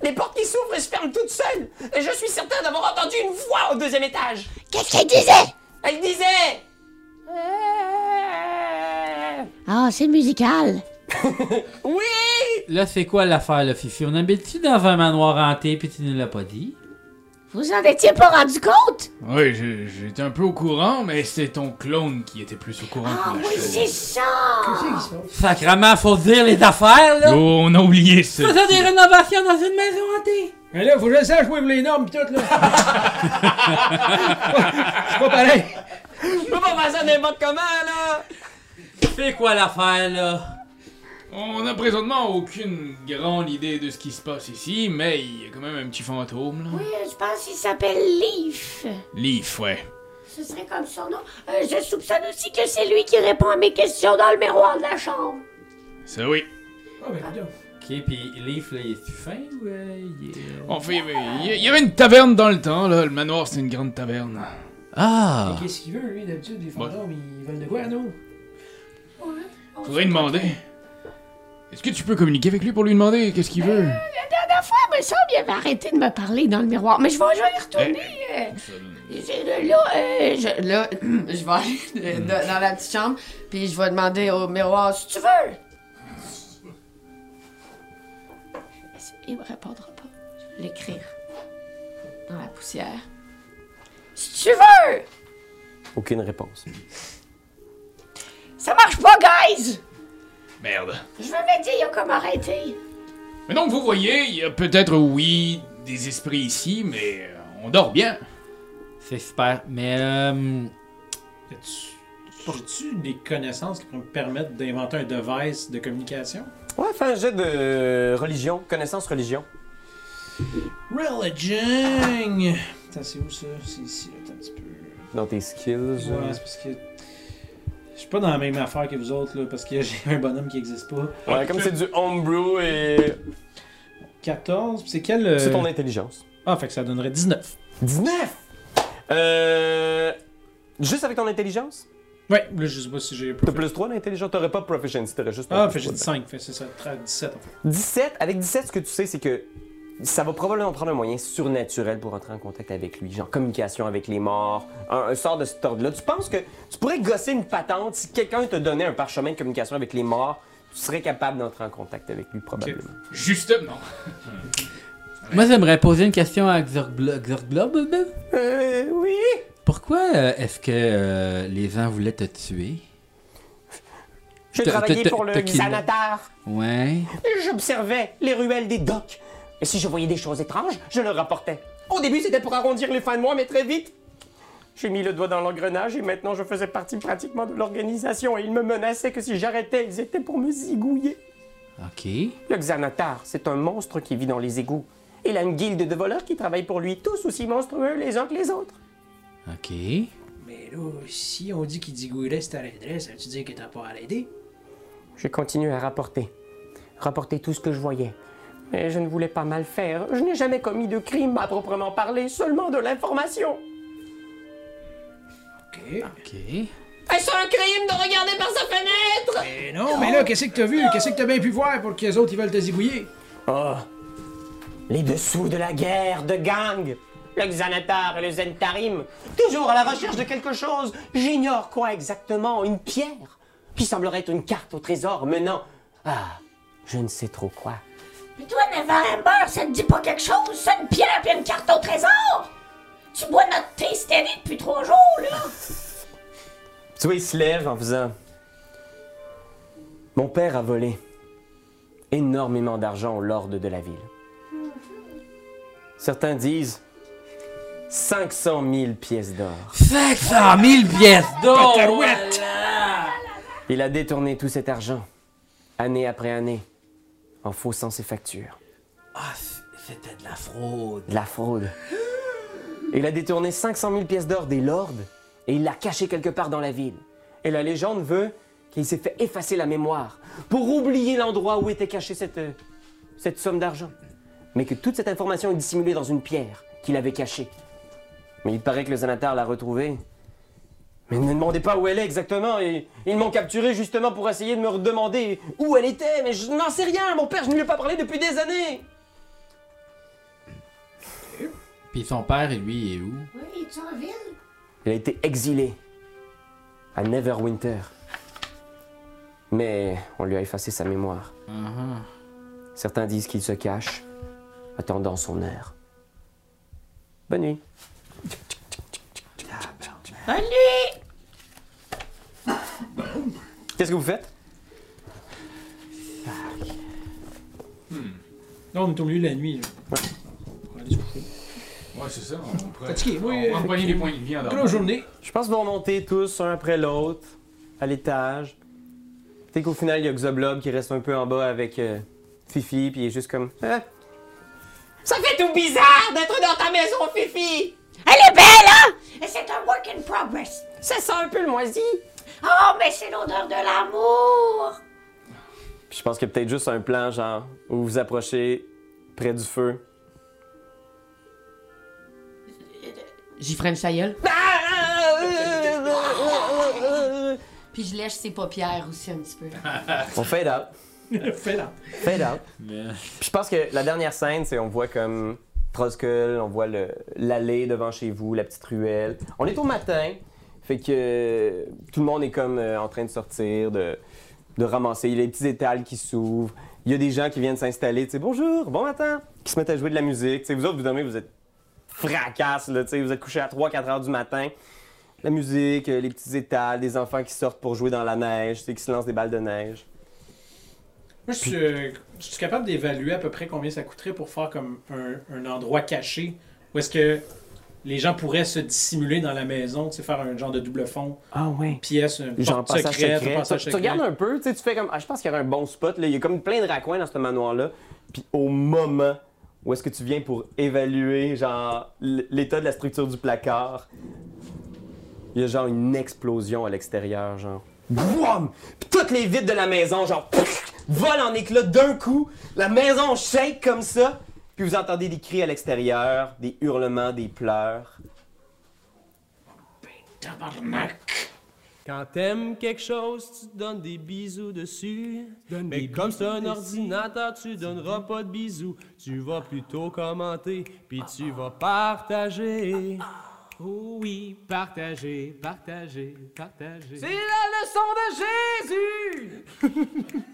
[SPEAKER 1] Les portes qui s'ouvrent et se ferment toutes seules. Et je suis certain d'avoir entendu une voix au deuxième étage.
[SPEAKER 8] Qu'est-ce qu'elle disait?
[SPEAKER 1] Elle disait... euh,
[SPEAKER 8] Ah, c'est musical.
[SPEAKER 6] Là, c'est quoi l'affaire, là, Fifi? On habite-tu dans un manoir hanté, puis tu ne l'as pas dit?
[SPEAKER 8] Vous en étiez pas rendu compte?
[SPEAKER 3] Oui, je- j'étais un peu au courant, mais c'est ton clone qui était plus au courant que
[SPEAKER 8] Ah
[SPEAKER 3] la
[SPEAKER 8] oui,
[SPEAKER 3] chose.
[SPEAKER 8] c'est ça!
[SPEAKER 6] Sacrement, faut dire les affaires, là!
[SPEAKER 3] Oh, on a oublié ça.
[SPEAKER 6] Faut faire des rénovations dans une maison hantée!
[SPEAKER 5] Mais là, faut que je le sache, moi, pour les normes pis tout, là. C'est pas pareil.
[SPEAKER 1] Je peux pas faire ça n'importe comment, là!
[SPEAKER 6] C'est quoi l'affaire, là?
[SPEAKER 3] On n'a présentement aucune grande idée de ce qui se passe ici, mais il y a quand même un petit fantôme, là.
[SPEAKER 8] Oui, euh, je pense qu'il s'appelle Leaf.
[SPEAKER 3] Leaf, ouais.
[SPEAKER 8] Ce serait comme son nom. Euh, je soupçonne aussi que c'est lui qui répond à mes questions dans le miroir de la chambre.
[SPEAKER 3] Ça, oui.
[SPEAKER 5] Ah, ben, là.
[SPEAKER 6] Ok, puis Leaf, là, il est-tu fin ou euh, il est...
[SPEAKER 3] On fait, il y avait- il y avait une taverne dans le temps, là. Le manoir, c'est une grande taverne.
[SPEAKER 6] Ah!
[SPEAKER 5] Qu'est-ce qu'il veut, lui, d'habitude, les fantômes, ils veulent de quoi, nous?
[SPEAKER 3] Faudrait lui demander. Est-ce que tu peux communiquer avec lui pour lui demander qu'est-ce qu'il veut?
[SPEAKER 8] La fois, il me semble qu'il avait arrêté de me parler dans le miroir. Mais je vais, je vais y retourner. Je-
[SPEAKER 12] euh, Là, euh, je, là, je vais aller de- de- dans la petite chambre, puis je vais demander au miroir si tu veux. Il me répondra pas. Je vais l'écrire dans la poussière.
[SPEAKER 8] Si tu veux!
[SPEAKER 1] Aucune réponse.
[SPEAKER 8] Ça marche pas, guys!
[SPEAKER 3] Merde.
[SPEAKER 8] Je veux me dire, il a comme arrêté.
[SPEAKER 3] Mais donc, vous voyez, il y a peut-être, oui, des esprits ici, mais euh, on dort bien.
[SPEAKER 6] C'est super, mais euh...
[SPEAKER 5] As-tu- Portes-tu des connaissances qui pourraient me permettre d'inventer un device de communication?
[SPEAKER 1] Ouais, fais un jet de religion, connaissance religion.
[SPEAKER 5] Religion! Attends, c'est où ça? C'est ici, là, attends un petit peu.
[SPEAKER 1] Dans tes skills. euh,
[SPEAKER 5] Ouais, c'est parce que. Je suis pas dans la même affaire que vous autres, là, parce que j'ai un bonhomme qui existe pas.
[SPEAKER 1] ouais, comme c'est du homebrew et. euh,
[SPEAKER 5] 14, pis c'est quel. euh,
[SPEAKER 1] C'est ton intelligence.
[SPEAKER 5] Ah, fait que ça donnerait 19.
[SPEAKER 1] 19! Euh. Juste avec ton intelligence?
[SPEAKER 5] Ouais, là, je sais pas si j'ai.
[SPEAKER 1] T'as plus 3 d'intelligence, t'aurais pas proficiency, t'aurais juste.
[SPEAKER 5] Ah,
[SPEAKER 1] ton
[SPEAKER 5] fait que j'ai
[SPEAKER 1] plus
[SPEAKER 5] dit 5, fait que c'est ça, 13, 17 en fait.
[SPEAKER 1] 17, avec 17, ce que tu sais, c'est que ça va probablement prendre un moyen surnaturel pour entrer en contact avec lui, genre communication avec les morts, un, un sort de cet ordre-là. Tu penses que tu pourrais gosser une patente si quelqu'un te donnait un parchemin de communication avec les morts, tu serais capable d'entrer en contact avec lui, probablement.
[SPEAKER 3] Justement.
[SPEAKER 6] Moi, j'aimerais poser une question à Xorglob.
[SPEAKER 1] Euh, oui?
[SPEAKER 2] Pourquoi euh, est-ce que euh, les gens voulaient te tuer?
[SPEAKER 1] Je
[SPEAKER 2] T'as-
[SPEAKER 1] travaillais
[SPEAKER 2] t'as-
[SPEAKER 1] pour
[SPEAKER 2] t'as
[SPEAKER 1] le
[SPEAKER 2] qui-
[SPEAKER 1] Xanatar.
[SPEAKER 2] Ouais.
[SPEAKER 1] J'observais les ruelles des docks. Et si je voyais des choses étranges, je le rapportais. Au début, c'était pour arrondir les fins de mois, mais très vite, j'ai mis le doigt dans l'engrenage et maintenant je faisais partie pratiquement de l'organisation et ils me menaçaient que si j'arrêtais, ils étaient pour me zigouiller.
[SPEAKER 2] OK.
[SPEAKER 1] Le Xanatar, c'est un monstre qui vit dans les égouts. Il a une guilde de voleurs qui travaille pour lui, tous aussi monstrueux les uns que les autres.
[SPEAKER 2] OK.
[SPEAKER 5] Mais là, si on dit qu'il digouillait, c'est à l'adresse, ça veut dire qu'il t'a pas à l'aider?
[SPEAKER 1] Je continuais à rapporter. Rapporter tout ce que je voyais. Mais je ne voulais pas mal faire. Je n'ai jamais commis de crime à proprement parler, seulement de l'information.
[SPEAKER 5] Ok.
[SPEAKER 2] OK.
[SPEAKER 4] Est-ce un crime de regarder par sa fenêtre?
[SPEAKER 5] Mais Eh non, mais là, qu'est-ce que t'as vu? Qu'est-ce que t'as bien pu voir pour que les autres ils veulent te zigouiller?
[SPEAKER 1] Oh, les dessous de la guerre de gang. Le Xanatar et le Zentarim, toujours à la recherche de quelque chose. J'ignore quoi exactement, une pierre, qui semblerait être une carte au trésor menant à je ne sais trop quoi.
[SPEAKER 8] Puis toi, Neverember, ça te dit pas quelque chose? Ça, une pierre puis une carte au trésor? Tu bois notre thé stérile depuis trois jours, là?
[SPEAKER 1] Tu vois, il se lève en faisant Mon père a volé énormément d'argent au lord de la ville. Certains disent 500 000 pièces d'or.
[SPEAKER 2] 500 000 pièces d'or!
[SPEAKER 1] Il a détourné tout cet argent, année après année, en faussant ses factures.
[SPEAKER 2] Ah, c- c'était de la fraude.
[SPEAKER 1] De la fraude. Il a détourné 500 000 pièces d'or des lords et il l'a caché quelque part dans la ville. Et la légende veut qu'il s'est fait effacer la mémoire pour oublier l'endroit où était cachée cette, euh, cette somme d'argent. Mais que toute cette information est dissimulée dans une pierre qu'il avait cachée. Mais il paraît que le Zanatar l'a retrouvée. Mais ne me demandez pas où elle est exactement et ils m'ont capturé justement pour essayer de me redemander où elle était. Mais je n'en sais rien, mon père, je ne lui ai pas parlé depuis des années.
[SPEAKER 2] Puis son père, lui, il est où?
[SPEAKER 8] Oui, tu en ville?
[SPEAKER 1] Il a été exilé à Neverwinter. Mais on lui a effacé sa mémoire. Certains disent qu'il se cache, attendant son heure. Bonne nuit. Qu'est-ce que vous faites
[SPEAKER 10] Là, on est au milieu de la nuit. Là. On va aller se coucher.
[SPEAKER 9] Ouais, c'est ça. On pourrait...
[SPEAKER 10] Fatigué, moi.
[SPEAKER 9] On va
[SPEAKER 10] euh,
[SPEAKER 9] empoigner les points de vie en dormant.
[SPEAKER 10] Grosse journée.
[SPEAKER 1] Je pense que vous remontez tous, un après l'autre, à l'étage. Peut-être qu'au final, il y a Xoblob qui reste un peu en bas avec euh, Fifi, puis il est juste comme... Ah.
[SPEAKER 4] Ça fait tout bizarre d'être dans ta maison, Fifi!
[SPEAKER 8] Elle est belle, hein? Et c'est un work in progress.
[SPEAKER 1] Ça sent un peu le moisi.
[SPEAKER 8] Oh, mais c'est l'odeur de l'amour!
[SPEAKER 1] Puis je pense qu'il y a peut-être juste un plan, genre, où vous vous approchez près du feu.
[SPEAKER 4] J'y freine sa gueule. ah, Puis je lèche ses paupières aussi un petit peu.
[SPEAKER 1] On fade out.
[SPEAKER 10] Fais là.
[SPEAKER 1] Fade out. Puis je pense que la dernière scène, c'est on voit comme Troskull, on voit le- l'allée devant chez vous, la petite ruelle. On est au matin, fait que tout le monde est comme euh, en train de sortir, de, de ramasser. Il y a des petits étals qui s'ouvrent. Il y a des gens qui viennent s'installer, tu sais, bonjour, bon matin, qui se mettent à jouer de la musique. Tu sais, vous autres, vous dormez, vous êtes fracasse, là, tu sais, vous êtes couchés à 3-4 heures du matin. La musique, euh, les petits étals, des enfants qui sortent pour jouer dans la neige, tu sais, qui se lancent des balles de neige.
[SPEAKER 10] Moi, je suis, euh, je suis capable d'évaluer à peu près combien ça coûterait pour faire comme un, un endroit caché où est-ce que les gens pourraient se dissimuler dans la maison, tu sais, faire un genre de double fond,
[SPEAKER 1] Ah ouais.
[SPEAKER 10] pièce, une
[SPEAKER 1] Genre
[SPEAKER 10] porte
[SPEAKER 1] passage secret.
[SPEAKER 10] secrète, un
[SPEAKER 1] Tu-
[SPEAKER 10] passage
[SPEAKER 1] Tu,
[SPEAKER 10] secret.
[SPEAKER 1] regardes un peu, tu sais, tu fais comme. Ah, je pense qu'il y aurait un bon spot. Là. Il y a comme plein de raccoins dans ce manoir-là. Puis au moment où est-ce que tu viens pour évaluer genre l- l'état de la structure du placard, il y a genre une explosion à l'extérieur, genre. Boum! Puis toutes les vitres de la maison, genre, pff, volent en éclats d'un coup. La maison shake comme ça. Puis vous entendez des cris à l'extérieur, des hurlements, des pleurs. Quand t'aimes quelque chose, tu donnes des bisous dessus. Mais comme c'est un ordinateur, tu donneras pas de bisous. Tu vas plutôt commenter, puis tu vas partager.
[SPEAKER 13] Oh oui, partagez, partagez, partagez.
[SPEAKER 1] C'est la leçon de Jésus!